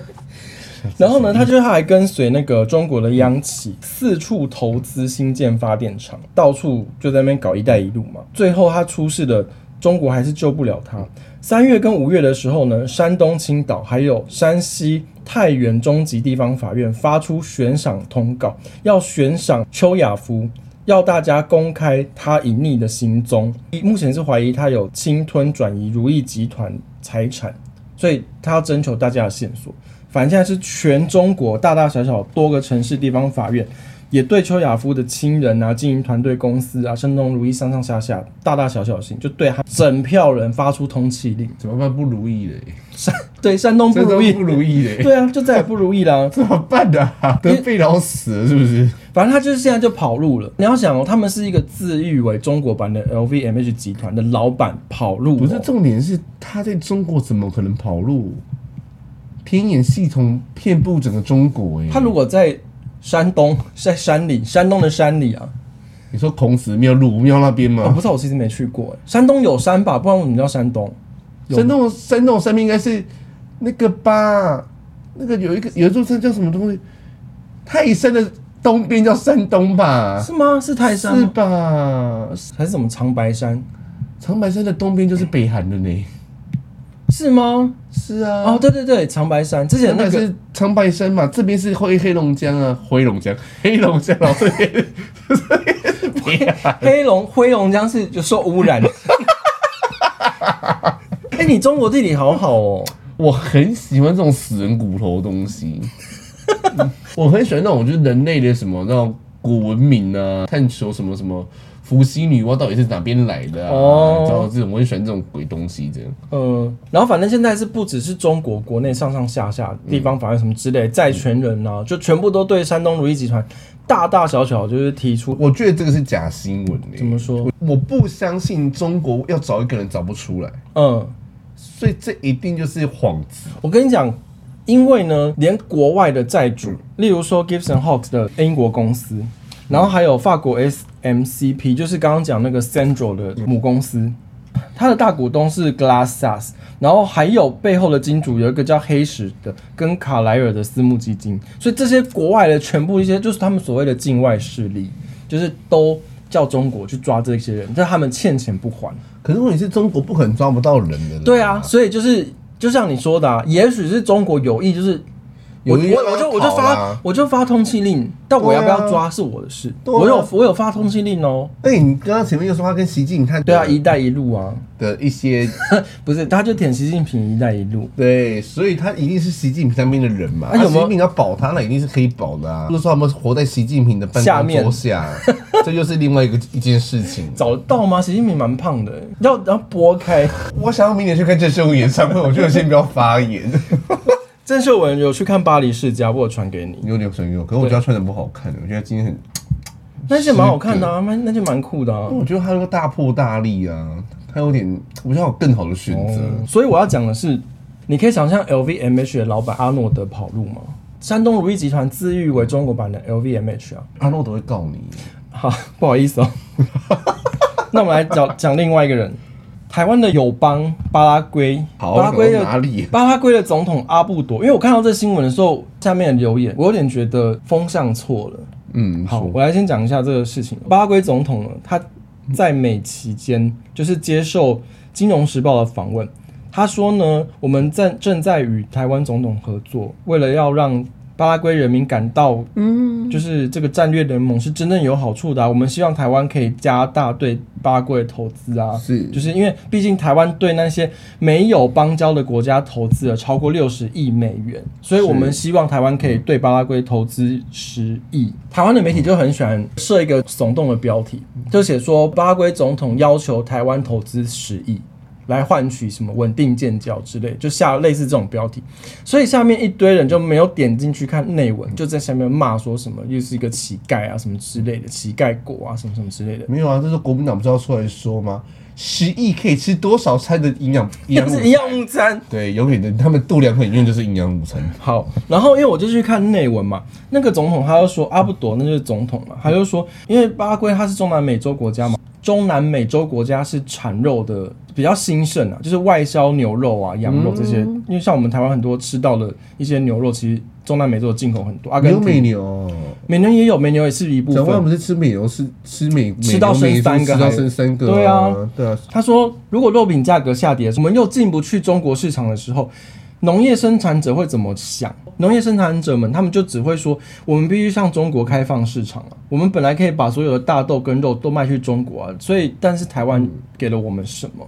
然后呢，他就是他嗯还跟随那个中国的央企四处投资新建发电厂，到处就在那边搞“一带一路”嘛。最后他出事的，中国还是救不了他。三月跟五月的时候呢，山东、青岛还有山西太原中级地方法院发出悬赏通告，要悬赏邱亚夫。要大家公开他隐匿的行踪，目前是怀疑他有侵吞转移如意集团财产，所以他要征求大家的线索。反正现在是全中国大大小小多个城市地方法院，也对邱亚夫的亲人啊、经营团队、公司啊、山东如意上上下下大大小小的事情，就对他整票人发出通缉令。怎么办不如意嘞，山对山东不真的如意不，如意嘞，对啊，就再也不如意啦。 <laughs> 怎么办啊？都被老死了是不是？反正他就是现在就跑路了。你要想哦，他们是一个自誉为中国版的 LVMH 集团的老板跑路、哦，不是重点是他在中国怎么可能跑路？天眼系统遍布整个中国哎、他如果在山东，在山里，山东的山里啊，你说孔子庙、鲁庙那边我、哦、吗不？知道，我其实没去过、欸。山东有山吧？不然为什么叫山东？有山东山东山面应该是那个吧？那个有一个有一座山叫什么东西？泰山的东边叫山东吧？是吗？是啊泰山是吗？吧？还是什么长白山？长白山的东边就是北韩了呢。是吗？是啊，哦，对对对，长白山之前那那个是长白山嘛，这边是黑黑龙江啊，黑龙江，黑龙江，然后这边这边是北韩。黑龙灰龙江是就受污染。哎、你中国地理好好哦。我很喜欢这种死人骨头的东西， <laughs> 嗯我很喜欢那种就是人类的什么那种古文明啊，探求什么什么伏羲女娲到底是哪边来的啊，哦然后这种我很喜欢这种鬼东西这样。嗯，然后反正现在是不只是中国国内上上下下地方法院什么之类，债权人啊，就全部都对山东如意集团大大小小就是提出我觉得这个是假新闻嘞、怎么说？我我不相信中国要找一个人找不出来，嗯，所以这一定就是幌子。我跟你讲，因为呢，连国外的债主，例如说 Gibson Hawks 的英国公司，然后还有法国 SMCP，就是刚刚讲那个 Sandro 的母公司，它的大股东是 Glassas，然后还有背后的金主有一个叫黑石的，跟卡莱尔的私募基金，所以这些国外的全部一些就是他们所谓的境外势力，就是都叫中国去抓这些人，但他们欠钱不还。可是问题是中国不可能抓不到人的啦，对啊，所以就是就像你说的、啊，也许是中国有意，就是我有意要我我就我就跑发啦我就发通缉令，但我对要啊不要抓是我的事。对啊我有我有发通缉令哦。哎、你刚刚前面又说他跟习近平对啊，“一带一路”啊， <laughs> 的一些 <laughs> 不是，他就舔习近平“一带一路对，所以他一定是习近平上面的人嘛。啊那、有没习有近平要保他，那一定是可以保的啊。就是说他们活在习近平的办下公面桌下， <laughs> 这又是另外一个一件事情”，。找得到吗？习近平蛮胖的，要要拨开。我想要明年去看郑秀文演唱会，我觉得先不要发 <laughs> 言。郑秀文有去看巴黎世家，我有传给你，你有点神勇，可是我觉得他穿的不好看，我觉得今天很，那些蛮好看的啊，蛮那些蛮酷的啊。我觉得他那个大破大立啊，他有点，我觉得他有更好的选择。哦所以我要讲的是，你可以想象 LVMH 的老板阿诺德跑路吗？山东如意集团自誉为中国版的 LVMH 啊。阿诺德会告你，好，不好意 <laughs> 思哦。那我们来讲讲另外一个人，台湾的友邦巴拉圭，好巴拉圭的我想到哪里巴拉圭的总统阿布朵，因为我看到这新闻的时候，下面的留言，我有点觉得风向错了。嗯，好，说我来先讲一下这个事情。巴拉圭总统呢，他在美期间就是接受《金融时报》的访问，他说呢，我们正正在与台湾总统合作，为了要让巴拉圭人民感到，嗯，就是这个战略联盟是真正有好处的啊、我们希望台湾可以加大对巴拉圭的投资啊，是就是因为毕竟台湾对那些没有邦交的国家投资了超过六十亿美元，所以我们希望台湾可以对巴拉圭投资十亿。台湾的媒体就很喜欢设一个耸动的标题，就写说巴拉圭总统要求台湾投资十亿。来换取什么稳定建交之类，就下类似这种标题，所以下面一堆人就没有点进去看内文，就在下面骂说什么又是一个乞丐啊什么之类的，乞丐国啊什么什么之类的。没有啊，这是国民党不是要出来说吗？十亿可以吃多少餐的营养营也养午不 <laughs> 是餐营养午餐，对，永远的他们度量衡用就是营养午餐。好，然后因为我就去看内文嘛，那个总统他就说阿布朵那就是总统嘛，他就说因为巴拉圭它是中南美洲国家嘛，中南美洲国家是产肉的比较兴盛啊，就是外销牛肉啊、羊肉这些，嗯因为像我们台湾很多吃到的一些牛肉，其实中南美洲的进口很多，阿根有美哦廷、牛，美牛也有，美牛也是一部台湾分。不是吃美牛是吃美吃到美剩牛三美猪个吃到还剩三个，对啊，对啊，他说，如果肉品价格下跌，我们又进不去中国市场的时候，农业生产者会怎么想？农业生产者们，他们就只会说，我们必须向中国开放市场啊！我们本来可以把所有的大豆跟肉都卖去中国啊，所以，但是台湾给了我们什么？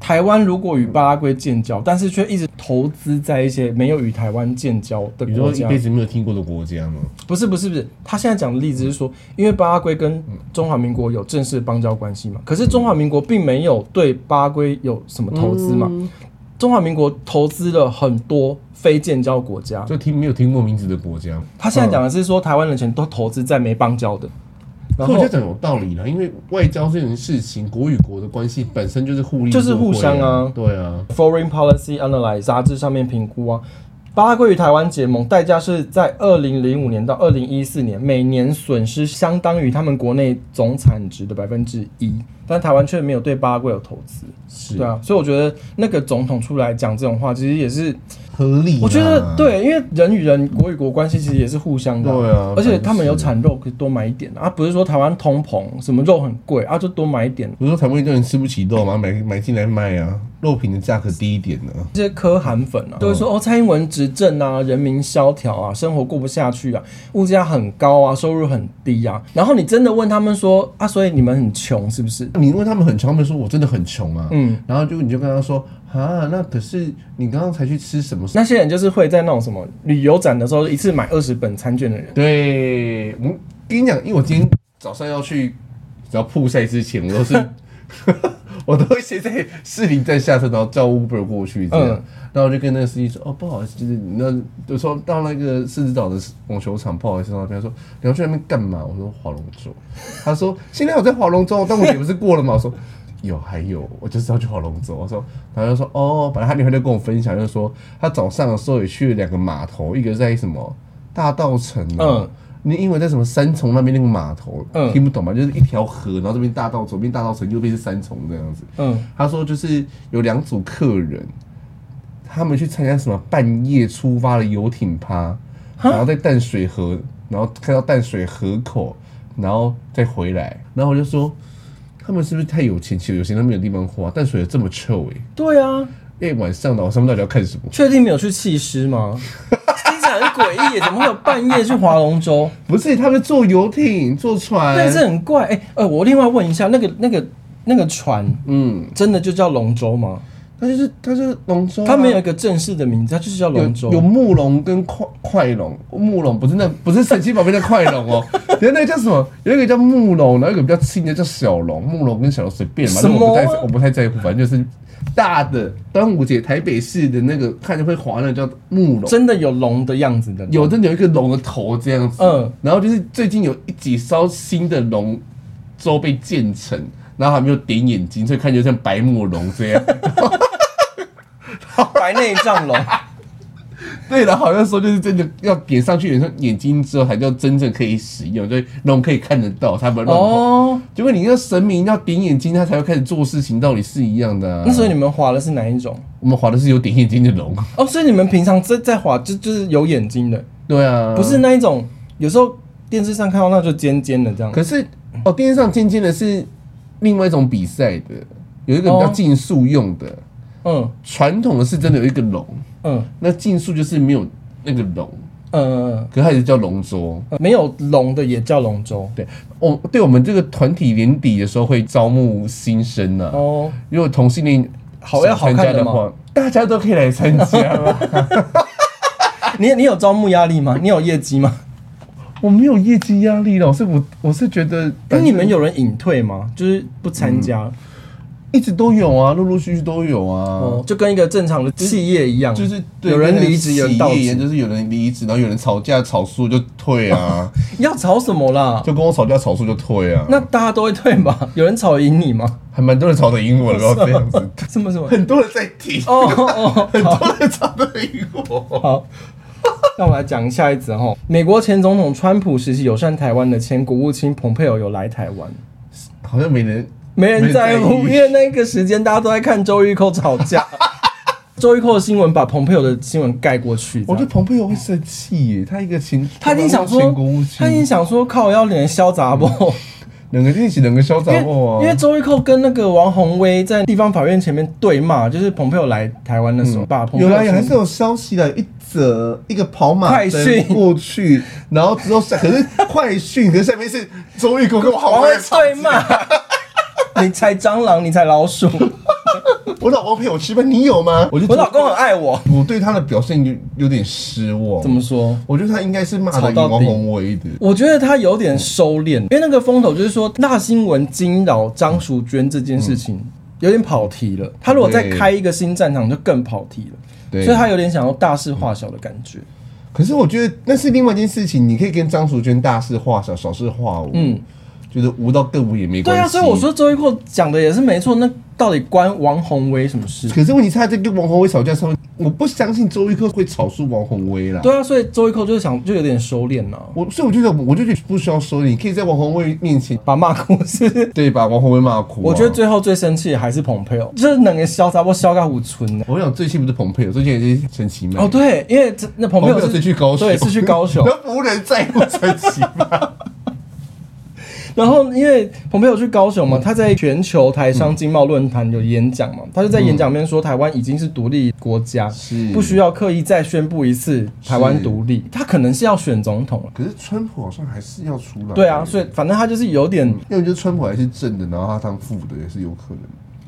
台湾如果与巴拉圭建交，但是却一直投资在一些没有与台湾建交的你国说一家，辈子没有听过的国家吗？不是不是不是，他现在讲的例子是说，因为巴拉圭跟中华民国有正式邦交关系嘛，可是中华民国并没有对巴拉圭有什么投资嘛，嗯中华民国投资了很多非建交国家，就听没有听过名字的国家，他现在讲的是说台湾的钱都投资在没邦交的，然可我觉后得讲有道理啦，因为外交这件事情，国与国的关系本身就是互利，就是互相啊对啊， Foreign Policy Analyze 杂志上面评估啊，巴拉圭与台湾结盟代价是在二零零五年到二零一四年每年损失相当于他们国内总产值的百分之一，但台湾却没有对巴拉圭有投资，是对啊，所以我觉得那个总统出来讲这种话，其实也是，合理啦，啊我觉得对，因为人与人、国与国关系其实也是互相的、对啊而且他们有反正是产肉，可以多买一点啊，不是说台湾通膨，什么肉很贵啊，就多买一点。比如说台湾一堆人吃不起肉嘛，买买进来卖啊，肉品的价格低一点呢、这些科韩粉啊，就会说哦，蔡英文执政啊，人民萧条啊，生活过不下去啊，物价很高啊，收入很低啊。然后你真的问他们说啊，所以你们很穷是不是？你问他们很穷，他们说我真的很穷啊，嗯，然后就你就跟他说啊，那可是你刚刚才去吃什么？那些人就是会在那种什么旅游展的时候一次买二十本餐券的人。对，我跟你讲，因为我今天早上要去只要曝晒之前，我都 <laughs> 是我都会先在士林站下车，然后叫 Uber 过去这样。嗯然后我就跟那个司机说：“哦，不好意思，就是你那就说到那个狮子岛的网球场，不好意思，然后他说你要去那边干嘛？”我说：“划龙舟。”他说：“现在我在划龙舟，但我也不是过了嘛。”我说：“有，还有，我就是要去划龙舟。”我说，然后他就说：“哦，本来他女朋友就跟我分享，就是说他早上的时候也去了两个码头，一个在什么大道城、嗯嗯，你英文在什么三重那边那个码头，嗯听不懂嘛？就是一条河，然后这边大道，左边大道城，右边是三重这样子。嗯，他说就是有两组客人，他们去参加什么半夜出发的游艇趴，然后在淡水河，然后开到淡水河口，然后再回来。然后我就说，他们是不是太有钱？其实有钱他没有地方花，淡水河这么臭诶、欸对啊，哎、晚上呢，我上不到底要看什么？确定没有去弃尸吗？听起来很诡异耶，怎么会有半夜去划龙舟？不是，他们坐游艇、坐船，对，这很怪。哎、呃，我另外问一下，那个、那个、那个船，嗯，真的就叫龙舟吗？他就是他就是龙舟啊、它没有一个正式的名字，它就是叫龙舟有。有木龙跟快快龙，木龙不是那不是神奇宝贝的快龙 <laughs> 哦，人那个叫什么？有一个叫木龙，然后有一个比较轻的叫小龙，木龙跟小龙随便嘛，什但么我不太我不太在乎，反正就是大的端午节台北市的那个看着会滑那个叫木龙。真的有龙的样子的龙，有真的有一个龙的头这样子，嗯然后就是最近有一几艘新的龙舟被建成，然后还没有点眼睛，所以看起来像白木龙这样。 <laughs> 白内障 <laughs> 龙。对了，好像说就是真的要点上去，眼上眼睛之后才叫真正可以使用，所以龙可以看得到，它不会乱跑。哦，结果你那神明要点眼睛，他才会开始做事情，道理是一样的、啊。那所以你们划的是哪一种？我们划的是有点眼睛的龙，哦，所以你们平常在在划就就是有眼睛的，对啊，不是。那一种。有时候电视上看到那就尖尖的这样。可是哦，电视上渐渐的是另外一种比赛的，有一个比较哦竞速用的，嗯传统的是真的有一个龙，嗯那竞速就是没有那个龙，嗯嗯可是它也是叫龙舟。嗯，没有龙的也叫龙舟。对，哦，对我们这个团体年底的时候会招募新生呢、啊。哦，如果同性恋好要好看的想参加的话，大家都可以来参加 <laughs> 啦。你你有招募压力吗？你有业绩吗？我没有业绩压力了，我是我我是觉嗯得，那你们有人隐退吗？就是不参加了、一直都有啊，陆陆续续都有啊。哦，就跟一个正常的企业一样，就是对有人离职，有人企到业职，就是有人离职，然后有人吵架吵输就 <laughs> 退啊，要吵什么啦？就跟我吵架吵输就退啊。那大家都会退吧？有人吵赢你吗？还蛮多人吵得赢我的，然后这样 <laughs> 子，什么什么？很多人在提，哦 <laughs> 哦，很多人吵得赢我。好。那我们来讲下一则哈，美国前总统川普时期友善台湾的前国务卿蓬佩奥有来台湾，好像没人没人在乎，因没人在意为那个时间大家都在看周玉蔻吵架，周玉蔻的新闻把蓬佩奥的新闻盖过去。这我样觉得蓬佩奥会生气耶，他一个前，他一定想说前国务，他一定卿，想说靠，要连潇洒不？两个一起两个潇因洒为货因为啊，周玉蔻跟那个王宏威在地方法院前面对骂，就是蓬佩奥来台湾的时候，把蓬佩有奥啦，有还是说有消息的，有一则一个跑马快灯讯过去，然后之后下可是快讯，可是下面是周玉蔻跟我好王朋威友吵，对骂， <laughs> 你才蟑螂，你才老鼠，我老婆陪我吃饭，你有吗？我就我老公很爱我。我对他的表现有有点失望，怎么？说？我觉得他应该是骂吵的到底王宏威的，我觉得他有点收敛，因为那个风头就是说大新闻惊扰张淑娟这件事情。有点跑题了，他如果再对开一个新战场，就更跑题了，对所以他有点想要大事化小的感觉。可是我觉得那是另外一件事情，你可以跟张淑娟大事化小，小事化无。嗯，就是无到更无也没对关系。啊，所以我说。周一蔻讲的也是没错，那到底关王宏威什么 <laughs> 事？可是问题是他在跟王宏威吵架的时候，我不相信周玉蔻会吵输王宏威啦。对啊，所以周一蔻就是想就有点收敛啊了、我所以我就觉得，我就觉得不需要说，你可以在王宏威面前，把骂哭是不是？对把王宏威骂哭啊、我觉得最后最生气的还是蓬佩奥，就是两个潇洒不潇洒无存的。我想最气不是蓬佩尔，最气的是陈其迈。哦，，对，因为这那蓬佩蓬奥佩尔是是去高雄，对，是去高雄。都无人在乎陈其迈。然后因为蓬佩奥去高雄嘛，他在全球台商经贸论坛有演讲嘛，他就在演讲里面说，台湾已经是独立国家，是不需要刻意再宣布一次台湾独立。他可能是要选总统了， <laughs> 可是川普好像还是要出来。对啊，所以反正他就是有点。要么就是川普还是正的，然后他当副的也是有可能。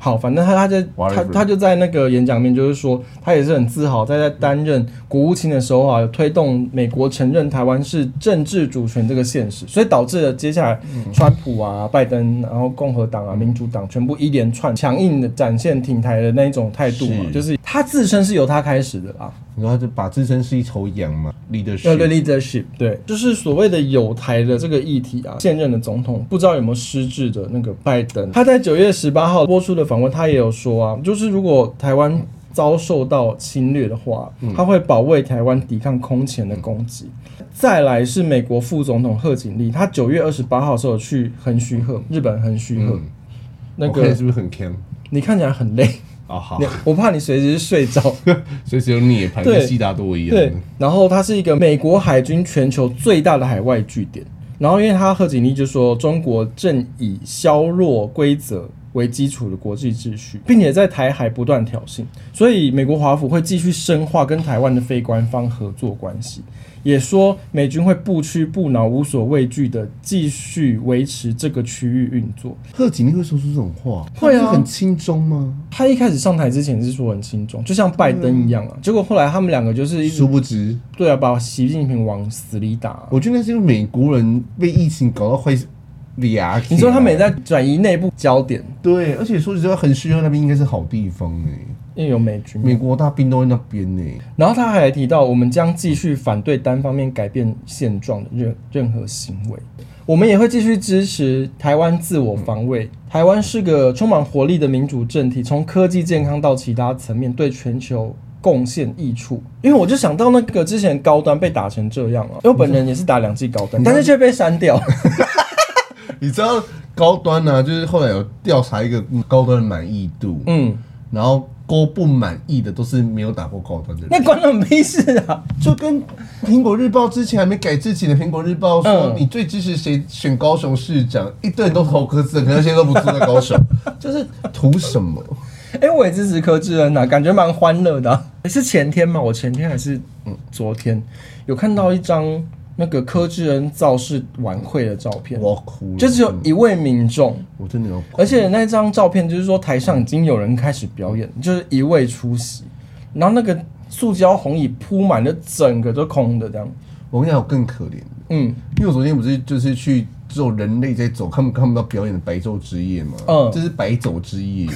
好，反正他他在他 Whatever 他就在那个演讲里面，就是说他也是很自豪，在在担任国务卿的时候啊，有推动美国承认台湾是政治主权这个现实，所以导致了接下来川普啊、拜登，然后共和党啊、民主党全部一连串强硬的展现挺台的那一种态度嘛，是就是他自身是由他开始的啦。然后他就把自身是一头羊嘛，leadership。要对 leadership，对，就是所谓的有台的这个议题啊，现任的总统不知道有没有失智的那个拜登，他在九月十八号播出的访问，他也有说啊，就是如果台湾遭受到侵略的话，他会保卫台湾抵抗空前的攻击。再来是美国副总统贺锦丽，他九月二十八号的时候去横须贺，日本横须贺，那我个看是不是很 can？你看起来很累， <laughs> 哦好你我怕你随时睡着。随时有涅槃，对跟悉达多一样。对，然后它是一个美国海军全球最大的海外据点。然后，因为他贺锦丽就说，中国正以削弱规则为基础的国际秩序，并且在台海不断挑衅，所以美国华府会继续深化跟台湾的非官方合作关系，也说美军会不屈不挠、无所畏惧的继续维持这个区域运作。贺锦丽会说出这种话，会啊她不是很轻中吗？他一开始上台之前是说很轻重，就像拜登一样啊，结果后来他们两个就是一直殊不知，对啊，把习近平往死里打啊、我觉得那是因为美国人被疫情搞到快牙。啊你说他们也在转移内部焦点，对，而且说实话，横须贺那边应该是好地方哎、因为有美军嘛。美国大兵都在那边呢、然后他还提到，我们将继续反对单方面改变现状的任任何行为，我们也会继续支持台湾自我防卫。台湾是个充满活力的民主政体，从科技、健康到其他层面，对全球。贡献益处，因为我就想到那个之前高端被打成这样啊，因为我本人也是打两剂高端，但是却被删掉。你知道高端呢、就是后来有调查一个嗯高端的满意度，嗯，然后勾不满意的都是没有打过高端的人。 <laughs> 那关我们屁事啊！就跟苹果日报之前还没改之前的苹果日报说，嗯你最支持谁选高雄市长？一堆人都投柯子，可是现在都不住在 <laughs> 高雄，就是图什么？哎、我也支持柯志恩呐、啊感觉蛮欢乐的啊、是前天嘛？我前天还是嗯昨天有看到一张那个柯志恩造势晚会的照片，我要哭了，就只有一位民众，我真的要哭。而且那张照片就是说台上已经有人开始表演，就是一位出席，然后那个塑胶红椅铺满了，整个都空的这样。我跟你讲，我更可怜，嗯，因为我昨天不是就是去做人类在走看不看不到表演的白昼之夜嘛，嗯这是白走之夜，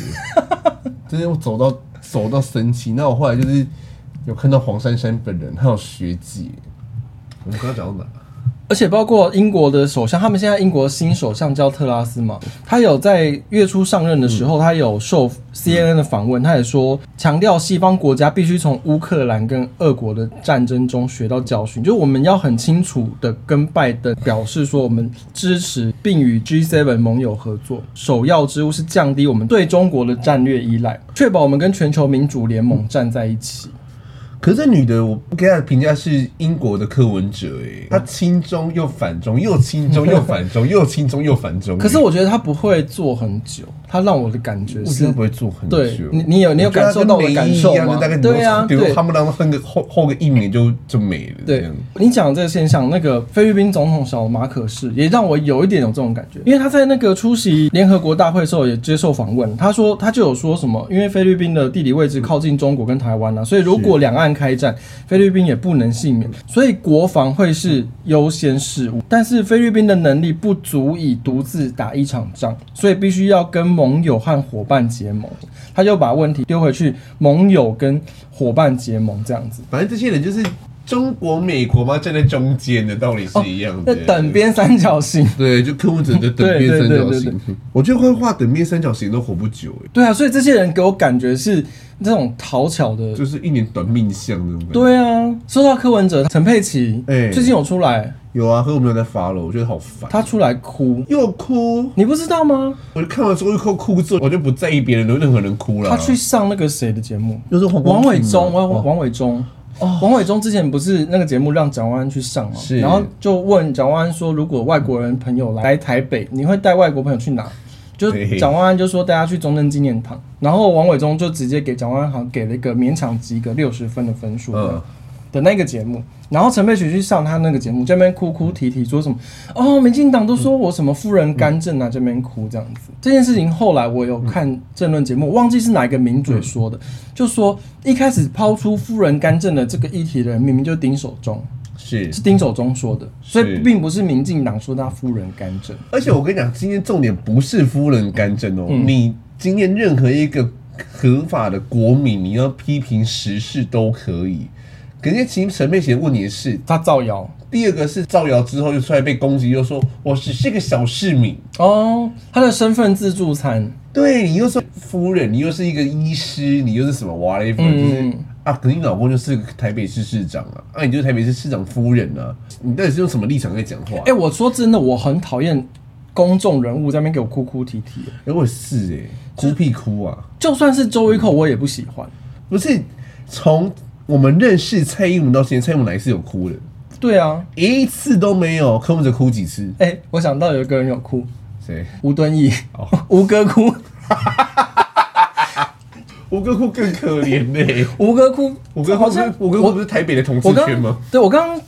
<laughs> 就是我走到走到神奇。那我后来就是有看到黄珊珊本人，还有学姐，我们刚刚讲到哪？而且包括英国的首相，他们现在英国新首相叫特拉斯嘛，他有在月初上任的时候，他有受 CNN 的访问，他也说强调西方国家必须从乌克兰跟俄国的战争中学到教训，就是我们要很清楚的跟拜登表示说，我们支持并与 G7 盟友合作，首要之务是降低我们对中国的战略依赖，确保我们跟全球民主联盟站在一起。可是这女的，我给她的评价是英国的柯文哲、嗯欸，她亲中又反中，又亲中又反中，又亲中又反中、可是我觉得他不会做很久，他让我的感觉我是觉得不会做很久。对你你有你有我觉得感受到我的感受她跟梅姨一样吗大概对啊比如对他们当中哼个后后个一年就就没了。这对样，你讲的这个现象，那个菲律宾总统小马可仕也让我有一点有这种感觉，因为他在那个出席联合国大会的时候也接受访问，他说他就有说什么，因为菲律宾的地理位置靠近中国跟台湾啊，所以如果两岸开战，菲律宾也不能幸免，所以国防会是优先事务，但是菲律宾的能力不足以独自打一场仗，所以必须要跟盟友和伙伴结盟，他就把问题丢回去盟友跟伙伴结盟这样子。反正这些人就是中国、美国嘛，站在中间的道理是一样的。那等边三角形，对，就柯文哲 <laughs> 的等边三角形。我觉得会画等边三角形都活不久、欸，对啊，所以这些人给我感觉是那种讨巧的。就是一年短命相那种感觉。，对啊，说到柯文哲、陈佩琪，哎最近有出来，有啊，可是我没有在发了，我觉得好烦。他出来哭，又哭，你不知道吗？我就看完之后又哭之后，我就不在意别人的任何人哭了。他去上那个谁的节目？就是黄光王平伟忠，嘛哦王王王伟忠。王伟忠之前不是那个节目让蒋万安去上嘛，是然后就问蒋万安说，如果外国人朋友来来台北，你会带外国朋友去哪？就对蒋万安就说大家去中正纪念堂，然后王伟忠就直接给蒋万安好像给了一个勉强及格六十分的分数，嗯的那个节目，然后陈佩琪去上他那个节目，这边哭哭啼啼说什么哦，民进党都说我什么夫人干政啊，这边哭这样子。这件事情后来我有看政论节目，忘记是哪一个名嘴说的，就说一开始抛出夫人干政的这个议题的人，明明就是丁守中，是是丁守中说的，所以是并不是民进党说他夫人干政。而且我跟你讲，今天重点不是夫人干政哦，你今天任何一个合法的国民，你要批评时事都可以。可是其实陈佩琪问题是，他造谣第二个是造谣之后又出来被攻击，又说我只是个小市民。哦，他的身份自助餐，对你又说夫人，你又是一个医师，你又是什么 whatever，、就是嗯啊，可是你老公就是台北市市长啊，啊，你就是台北市市长夫人啊，你到底是用什么立场在讲话？啊哎、我说真的，我很讨厌公众人物在那边给我哭哭啼啼的，哎、我也是哎、哭屁哭啊！就算是周一蔻我也不喜欢。不是从我们认识蔡英文到现在，蔡英文哪一次有哭的？对啊，一次都没有。柯文哲哭几次？哎、我想到有一个人有哭，谁？ <laughs> 吴敦义哦，吴哥哭，吴哥窟更可怜 <laughs> 呢、吴哥窟，吴哥窟好不是像吴哥窟不是台北的同志我刚圈吗？对我刚 <laughs> 刚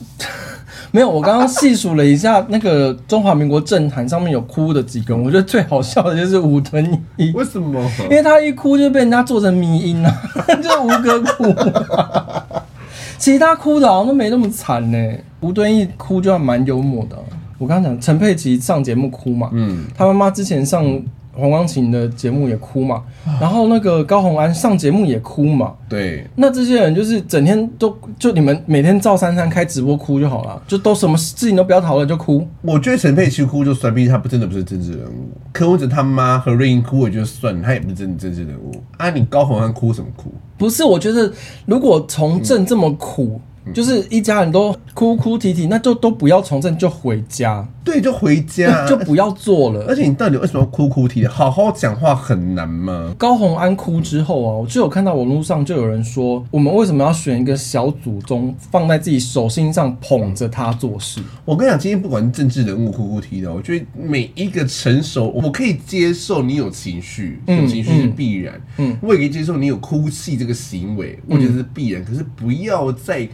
没有，我刚刚细数了一下那个中华民国政坛上面有哭的几个人，我觉得最好笑的就是吴敦义，为什么？因为他一哭就被人家做成迷音啊， <laughs> 就是吴哥哭、其他哭的好像都没那么惨呢、吴敦义哭就还蛮幽默的啊、我刚刚讲陈佩琪上节目哭嘛，嗯，他妈妈之前上黄光琴的节目也哭嘛，然后那个高洪安上节目也哭嘛，对，那这些人就是整天都就你们每天照三餐开直播哭就好了，就都什么事情都不要讨论就哭。我觉得陈佩琪哭就算，毕竟他不真的不是政治人物。柯文哲他妈和瑞英哭我就算，他也不是真的政治人物。啊，你高洪安哭什么哭？不是，我觉得如果从政这么苦，就是一家人都哭哭啼啼，那就都不要从政，就回家，对，就回家。就不要做了而。且你到底为什么要哭哭啼啼？好好讲话很难吗？高洪安哭之后啊，我就有看到网络上就有人说，我们为什么要选一个小祖宗放在自己手心上捧着他做事？我跟你讲，今天不管是政治人物哭哭啼的，我觉得每一个成熟，我可以接受你有情绪，嗯有情绪是必然，嗯我也可以接受你有哭泣这个行为，我觉得是必然。可是不要在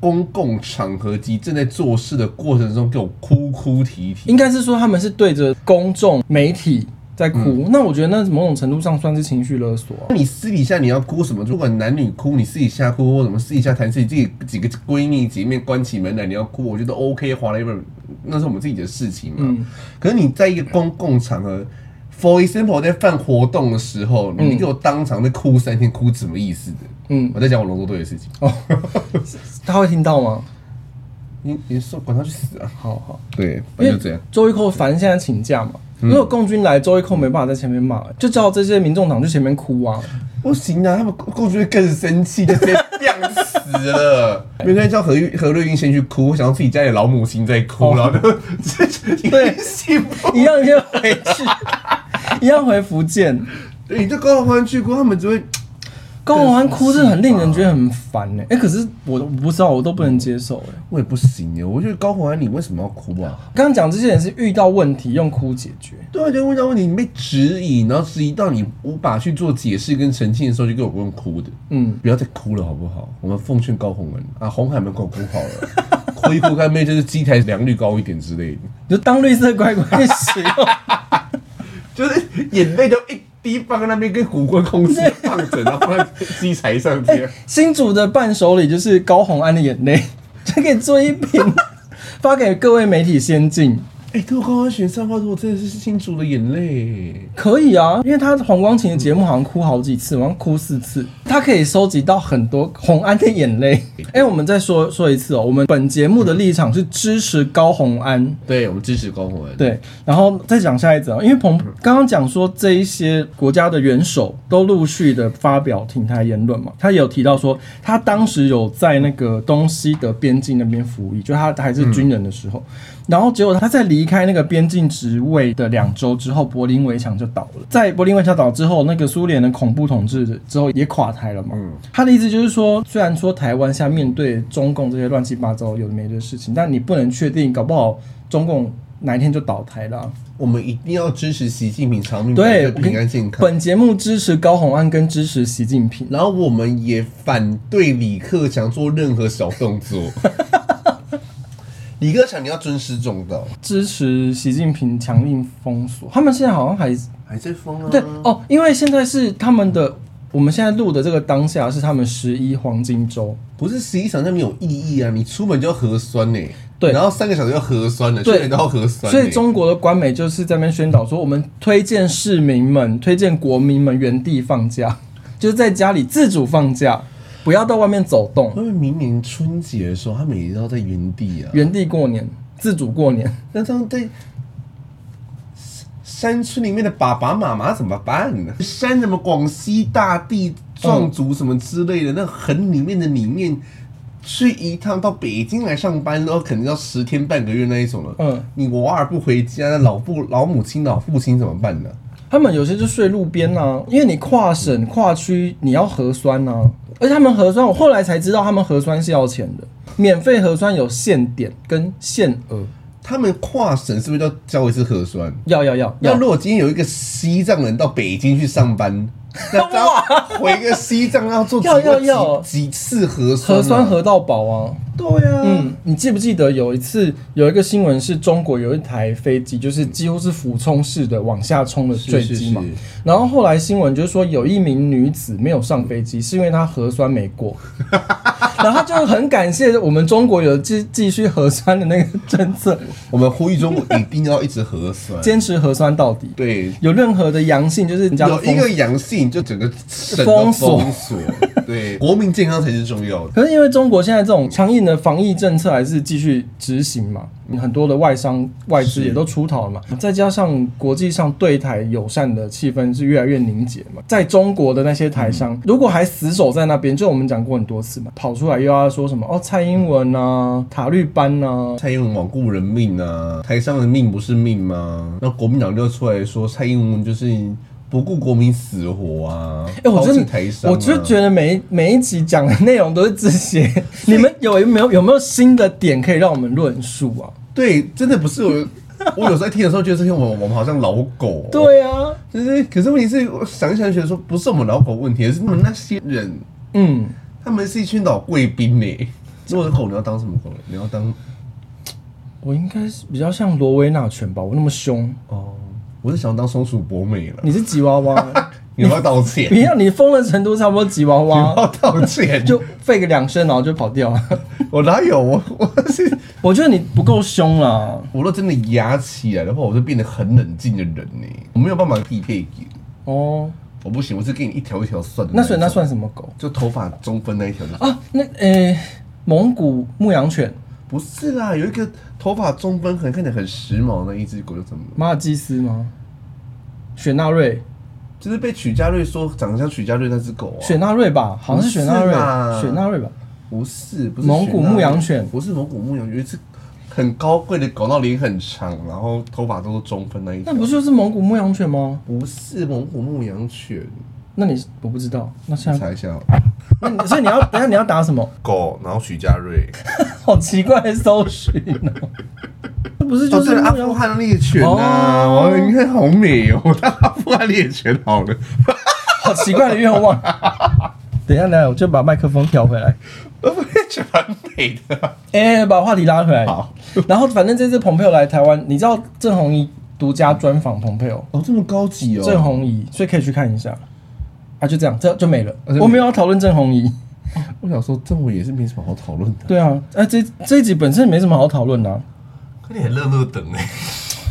公共场合及正在做事的过程中给我哭哭啼啼应。该是说他们是对着公众媒体在哭，那我觉得那某种程度上算是情绪勒索啊、你私底下你要哭什么？如果男女哭，你私底下哭或什么私底下谈自己自己几个闺蜜姐妹关起门来你要哭，我觉得 OK，划了一本，那是我们自己的事情嘛。嗯可是你在一个公共场合，for example 在办活动的时候，你给我当场在哭三天，哭什么意思的？嗯，我在讲我龙舟队的事情，他会听到吗？你你说管他去死啊！好好，因对，为反正就这样。嗯周玉蔻反正现在请假嘛，如果共军来，周玉蔻没办法在前面骂，就叫这些民众党去前面哭啊。不行啊，他们过去会更生气，就直接晾死 <laughs> 了。原来叫何玉何瑞英先去哭，想到自己家里的老母亲在哭，哦然后就对幸福。一样先回去，一样回福建。你这高欢去哭，他们只会高洪安哭是很令人觉得很烦呢、欸。哎、可是我我不知道，我都不能接受哎、我也不行耶。我觉得高洪安，你为什么要哭啊？刚刚讲这些人是遇到问题用哭解决，对啊，就问到问题，你被质疑，然后质疑到你无法去做解释跟澄清的时候，就给我用哭的。嗯，不要再哭了，好不好？我们奉劝高洪安啊，红海门口哭好了，哭一哭，干妹就是机台良率高一点之类的。就当绿色乖乖使用。就是眼泪就一滴放在那边，跟骨灰空气放着，然后放在机台上这哎样。新竹的伴手礼就是高洪安的眼泪， <laughs> 就可以做一瓶发给各位媒体先进。哎、对我高洪安选上话，我真的是新竹的眼泪。可以啊，因为他黄光琴的节目好像哭好几次，好像哭四次，他可以收集到很多红安的眼泪。哎、我们再说说一次哦，我们本节目的立场是支持高红安，对，我们支持高洪安。，对，然后再讲下一则哦，因为彭刚刚讲说这一些国家的元首都陆续的发表挺台言论嘛，他也有提到说他当时有在那个东西的边境那边服役，就他还是军人的时候，然后结果他在离开那个边境职位的两周之后，柏林围墙就倒了，在柏林围墙倒之后，那个苏联的恐怖统治之后也垮台了嘛，他的意思就是说，虽然说台湾现在面对中共这些乱七八糟有的没的事情，但你不能确定，搞不好中共哪一天就倒台了啊、我们一定要支持习近平长命对，百岁我跟平安健康。本节目支持高虹安跟支持习近平。然后我们也反对李克强做任何小动 <laughs> 作。李克强，你要尊师重道，支持习近平强硬封锁，他们现在好像还还在疯啊？对哦，因为现在是他们的，我们现在录的这个当下是他们十一黄金周，不是实际上那没有意义啊！你出门就要核酸呢、对然后三个小时要核酸了，对去哪里都要核酸、所以，中国的官媒就是在那边宣导说，我们推荐市民们、推荐国民们原地放假， <laughs> 就是在家里自主放假，不要到外面走动，因为明年春节的时候，他每天都要在原地啊。原地过年，自主过年。那这样对山山村里面的爸爸妈妈怎么办呢？山什么广西大地壮族什么之类的，那很里面的里面，去一趟到北京来上班，都可能要十天半个月那一种了。嗯，你我二不回家，那老父老母亲老父亲怎么办呢？他们有些就睡路边啊，因为你跨省跨区你要核酸啊，而且他们核酸，我后来才知道他们核酸是要钱的，免费核酸有限点跟限额，他们跨省是不是都交一次核酸？要要要那要如果今天有一个西藏人到北京去上班，那他要回个西藏要做几要要要几几次核酸、核啊？酸核到饱啊！对呀、啊，嗯，你记不记得有一次有一个新闻是中国有一台飞机，就是几乎是俯冲式的往下冲的坠机嘛？是是然后后来新闻就是说有一名女子没有上飞机，是因为她核酸没过， <laughs> 然后她就很感谢我们中国有继继续核酸的那个政策，我们呼吁中国一定要一直核酸。坚持核酸到底。对，有任何的阳性，就是人家有一封个阳性就整个省都封锁封锁，对， <laughs> 国民健康才是重要的。可是因为中国现在这种强硬的防疫政策还是继续执行嘛，很多的外商外资也都出逃了嘛，再加上国际上对台友善的气氛是越来越凝结嘛，在中国的那些台商、嗯如果还死守在那边，就我们讲过很多次嘛，跑出来又要说什么哦蔡英文啊、塔利班啊，蔡英文罔顾人命啊，台上的命不是命吗？那国民党就出来说蔡英文就是不顾国民死活啊！哎、我真抛弃的，台上、啊，我就觉得每一每一集讲的内容都是这 <laughs> 些，你们有没有有没有新的点可以让我们论述啊？对，真的不是我。我有时候在听的时候，觉得这些我们我们好像老狗。，对啊，就是，可是问题是，我想一想，觉得说不是我们老狗问题，而是你们那些人，嗯。他们是一群老贵 <laughs> 宾呢。如果是狗，你要当什么狗？你要当我应该是比较像罗威纳犬吧，我那么凶，哦，我是想当松鼠博美了。你是吉娃娃， <laughs> <laughs> 你要不要道歉？你让你疯的程度差不多吉娃你要 <laughs> 娃，不要道歉？就吠个两声然后就跑掉了。我哪有 <laughs> 我我是我觉得你不够凶啦，我若真的压起来的话，我就变得很冷静的人呢。我没有办法匹配给，哦，我不行，我是给你一条一条算的那一所以种那算什么狗就头发中分那一条就啊？那诶、蒙古牧羊犬不是啦，有一个头发中分，很看起来很时髦的一只狗叫什么？马尔济斯吗？雪纳瑞，就是被许家瑞说长得像许家瑞那只狗啊？雪纳瑞吧，好像是雪纳不是啦瑞，雪纳瑞吧？不是，不是蒙古雪纳瑞牧羊犬不是蒙古牧羊犬，有一只很高贵的狗，然后脸很长，然后头发都是中分那一条那。不就是蒙古牧羊犬吗？不是蒙古牧羊犬，那你我不知道，那现在查一下好了，那你所以你要等一下你要打什么？狗，然后许家瑞，好奇怪的搜寻哦，这不是就就是是哦阿富汗猎犬啊！哦哦，你看好美哦，我当阿富汗猎犬好了。好奇怪的愿望。等一下，等一下，我就把麦克风调回来。阿富汗猎犬蛮美的啊、 <laughs> 哎、把话题拉回来。好，然后反正这次蓬佩奥来台湾，你知道郑红怡独家专访蓬佩奥，哦，这么高级哦。郑红怡，所以可以去看一下。啊，就这样，这就没了。啊就没了我没有要讨论郑红怡。我想说，政委也是没什么好讨论的。对啊，哎、这这一集本身也没什么好讨论的、啊。可你很乐乐等哎、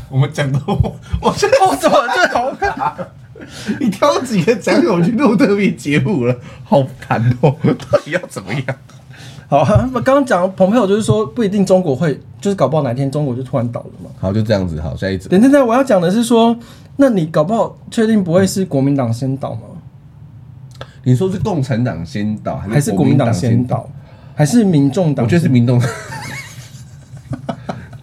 我们讲的我，我现在哦，怎么这好看？ <laughs> 你挑几个讲给我去录特别节目了，好烦哦！ <laughs> 到底要怎么样？ <laughs> 好，啊刚刚讲蓬佩奥哦就是说，不一定中国会，就是搞不好哪天中国就突然倒了嘛。好，就这样子，好，下一组。等等等，我要讲的是说，那你搞不好确定不会是国民党先倒吗？你说是共产党先倒，还是国民党先？倒，还是民众党？我觉得是民众。 <laughs>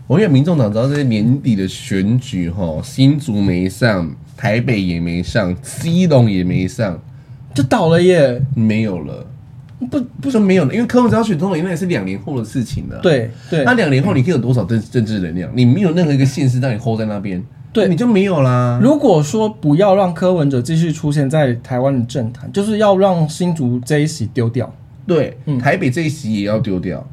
我觉得民众党只要在年底的选举，哈，新竹没上，台北也没上，基隆也没上，就倒了耶，没有了，不不是没有了，因为柯文哲要选总统，那也是两年后的事情了。，对对那两年后你可以有多少政政治能量？你没有任何一个现实让你 hold 在那边，对你就没有啦。如果说不要让柯文哲继续出现在台湾的政坛，就是要让新竹这一席丢掉。对，嗯台北这一席也要丢掉，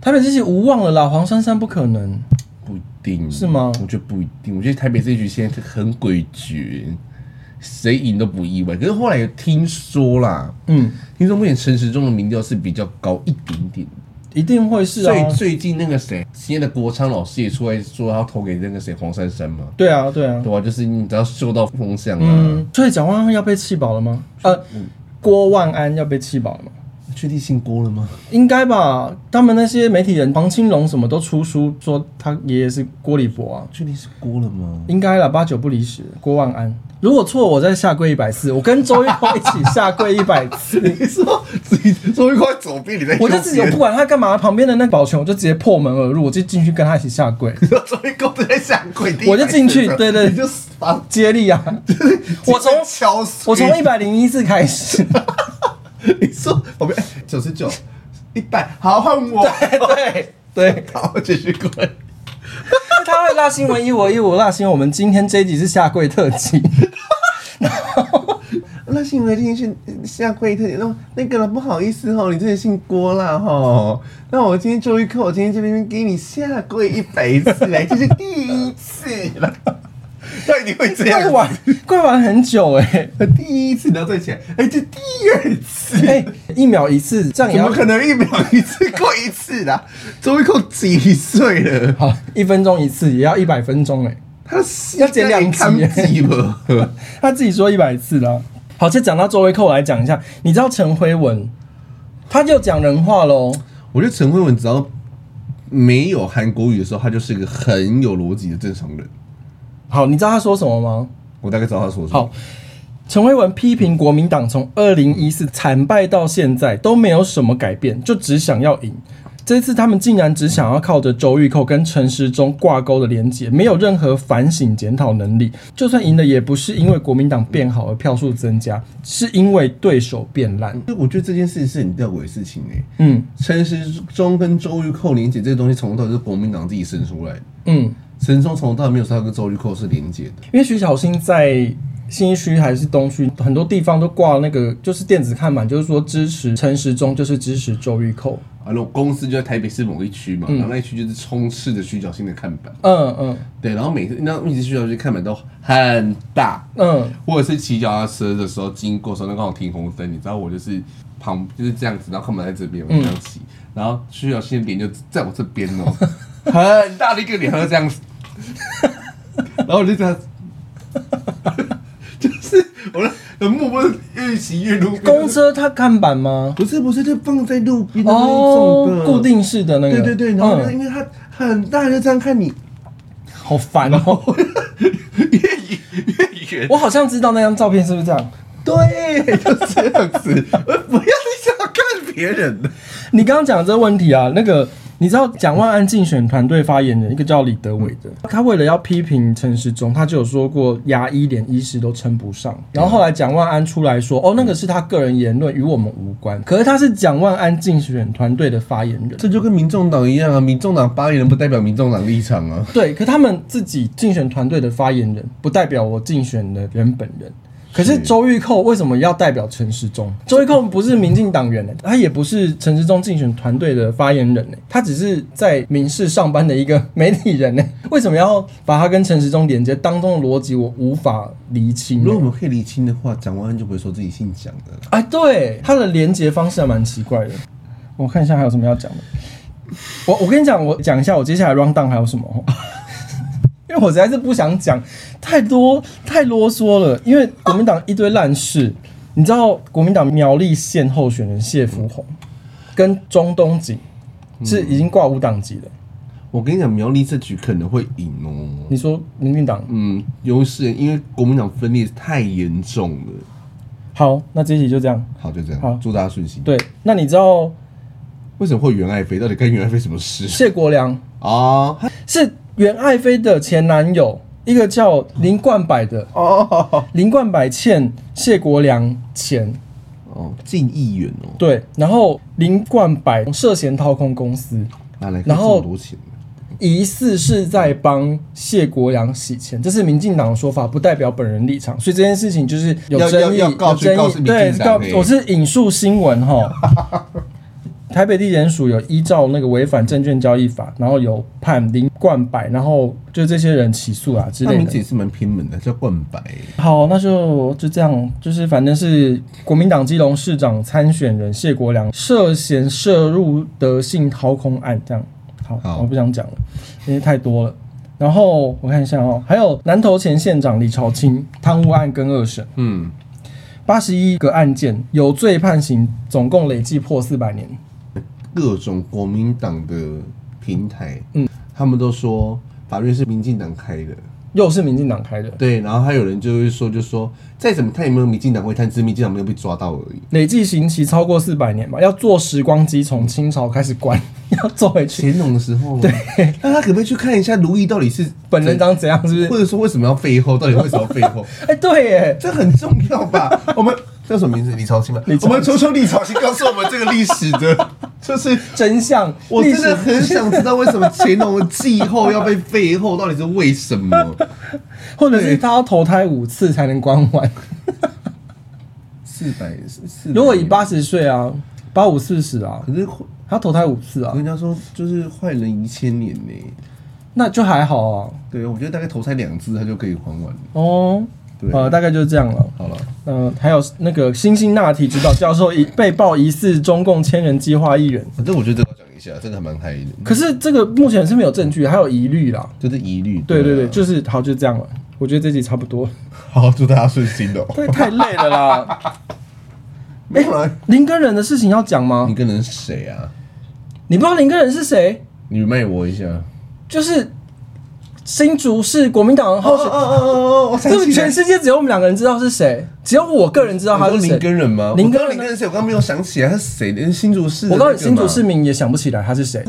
台北这席无望了啦，黄珊珊不可能。不一定是吗我觉得不一定，我觉得台北这一局现在很诡谲，谁赢都不意外。可是后来有听说啦，嗯，听说目前陈时中的民调是比较高一点点，一定会是所以啊。最近那个谁，西安的国昌老师也出来说他要投给那个谁黄珊珊嘛，对啊，对啊。对吧、就是你只要嗅到风向啊，嗯，所以蒋万安要被气饱了吗？呃，郭万安要被气饱了吗？确定姓郭了吗？应该吧，他们那些媒体人黄青龙什么都出书说他爷爷是郭立博啊，确定是郭了吗？应该啦，八九不离十。郭万安，如果错，我再下跪一百次，我跟周玉蔻一起下跪一百次，<laughs> <laughs> 你说自己说一块左边，你在我就自己我不管他干嘛，旁边的那保全我就直接破门而入，我就进去跟他一起下跪，你说左边公在下跪，我就进去对对你就把接力啊！ <laughs> 我从敲我从碎一百零一次开始，你说我们九十九 <laughs> 一百，好换我，对对，好继续滚。他辣新闻一五一五辣新闻，我们今天这一集是下跪特辑。那是因为今天是下跪特点，那那个了不好意思哦，你真的姓郭啦哈。那我今天周一课，我今天这边给你下跪一百次来， <laughs> 这是第一次了。 <laughs> 那你会这样跪完跪完很久哎、第一次然后再起来，哎、这第二次，哎、一秒一次，这样也怎要么可能一秒一次过一次啦？周一扣几岁了？好，一分钟一次也要一百分钟哎、他是要剪两集看几吧？他自己说一百次啦。好，再讲到周维蔻我来讲一下，你知道陈辉文，他就讲人话喽。我觉得陈慧文只要没有韩国语的时候，他就是一个很有逻辑的正常人。好，你知道他说什么吗？我大概知道他说什么。好，陈辉文批评国民党从二零一四惨败到现在都没有什么改变，就只想要赢。这次他们竟然只想要靠着周玉蔻跟陈时中挂钩的连结，没有任何反省检讨能力。就算赢了，也不是因为国民党变好而票数增加，是因为对手变烂。我觉得这件事情是很吊诡的事情哎、嗯陈时中跟周玉蔻连结这个东西，从头到尾是国民党自己生出来的。嗯，陈时中从头到尾没有说他跟周玉蔻是连结的。因为徐小新在新一区还是东区，很多地方都挂那个就是电子看板，就是说支持陈时中，就是支持周玉蔻。啊，那公司就在台北市某一区嘛，然后那一区就是充斥着徐小新的看板，嗯嗯对，然后每次那一直徐小新看板都很大，嗯，或者是骑脚踏车的时候经过的时候，那刚好停红灯，你知道我就是旁就是这样子，然后看板在这边，我这样骑，然后徐小新的脸就在我这边哦， <laughs> 很大的一个脸，他就这样子，然后我就这样， <laughs> 就是我的默默越骑越路边公车它看板吗？不是不是，就放在路边的那一种哦的，固，定式的那个，对对对，然后就因嗯、为他很大，就这样 <laughs> 看你，好烦哦。 <laughs> 越远我好像知道那张照片是不是这样？对，哎就这样子，我不要你想看别人的。你刚刚讲的这个问题啊，那个你知道蒋万安竞选团队发言人，一个叫李德伟的，他为了要批评陈时中，他就有说过牙医连医师都称不上。然后后来蒋万安出来说，哦，那个是他个人言论，与我们无关。可是他是蒋万安竞选团队的发言人。这就跟民众党一样啊，民众党发言人不代表民众党立场啊。对，可他们自己竞选团队的发言人，不代表我竞选的人本人。可是是周玉蔻为什么要代表陈时中？周玉蔻不是民进党员呢、他也不是陈时中竞选团队的发言人呢、他只是在民事上班的一个媒体人呢、为什么要把他跟陈时中连接？当中的逻辑我无法厘清、欸如果我们可以厘清的话，蒋万安就不会说自己姓蒋的了。哎，对，它的连接方式还蛮奇怪的。我看一下还有什么要讲的。我我跟你讲，我讲一下我接下来 round down 还有什么 <laughs> 哦，因为我实在是不想讲太多太啰嗦了，因为国民党一堆烂事。你知道国民党苗栗县候选人谢福宏跟中东锦是已经挂无党籍的。我跟你讲，苗栗这局可能会赢哦。你说民进党嗯，优势，因为国民党分裂太严重了。好，那这一集就这样。好，就这好样，祝大家顺心。，对，那你知道为什么会袁爱妃？到底跟袁爱妃什么事谢国良啊？是袁爱妃的前男友，一个叫林冠柏的，哦林冠柏欠谢国良钱，哦，进议员哦，对，然后林冠柏涉嫌掏空公司，拿来然后这么多钱，疑似是在帮谢国良洗钱，这是民进党的说法，不代表本人立场，所以这件事情就是有要争议，要要告有去争告是议，民对，进党告嘿我是引述新闻哈。 <laughs> 台北地检署有依照那个违反证券交易法，然后有判林冠柏，然后就这些人起诉啊之他类名的字。也是蛮偏门的，叫冠白。好，那就就这样，就是反正是国民党基隆市长参选人谢国良涉嫌涉入德性掏空案，这样。好，好我不想讲了，因为太多了。然后我看一下哦，还有南投前县长李朝清贪污案跟二审，嗯，八十一个案件有罪判刑，总共累计破四百年。各种国民党的平台，嗯嗯，他们都说法院是民进党开的，又是民进党开的，对，然后还有人就会说，就说再怎么看有没有民进党会贪，只是民进党没有被抓到而已。累计刑期超过四百年吧，要坐时光机从清朝开始关， <laughs> 要坐回去。乾隆的时候吗？对， <laughs> 那他可不可以去看一下如意到底是本人长怎样？是不是或？者说为什么要废后？到底为什么要废后？哎、对耶，这很重 <laughs> 要吧？我们叫什么名字？李朝清吗？李朝我们求求李朝清告诉我们这个历史的就是真相，我历真的史很想知道为什么乾隆的季后要被废后，到底是为什么？或者是他要投胎五次才能关完。四百四，如果以八十岁啊，八五四十啊，可是坏他投胎五次我啊跟，人家说就是坏人一千年呢、那就还好啊。对，我觉得大概投胎两次他就可以还完了。哦，对呃，大概就是这样了。好了，嗯、还有那个辛辛那提指导教授疑被曝疑似中共千人计划一人，反正我觉得这个要讲一下，真的还蛮嗨的，可是这个目前是没有证据，还有疑虑啦。就是疑虑。对对啊对，就是好，就这样了。我觉得这集差不多，好，祝大家顺心的、哦。太太累了啦。 <laughs> 没有啊啦， <laughs> 林根人的事情要讲吗你？跟人是谁啊？你不知道林根人是谁？你卖我一下。就是新竹市国民党的候选，哦哦，我想这全世界只有我们两个人知道是谁，只有我个人知道他他是是谁。林根人吗？林林根根人林根人谁？我刚刚没有想起来他是谁，连新竹市的我那个嘛。告诉你，新竹市民也想不起来他是谁。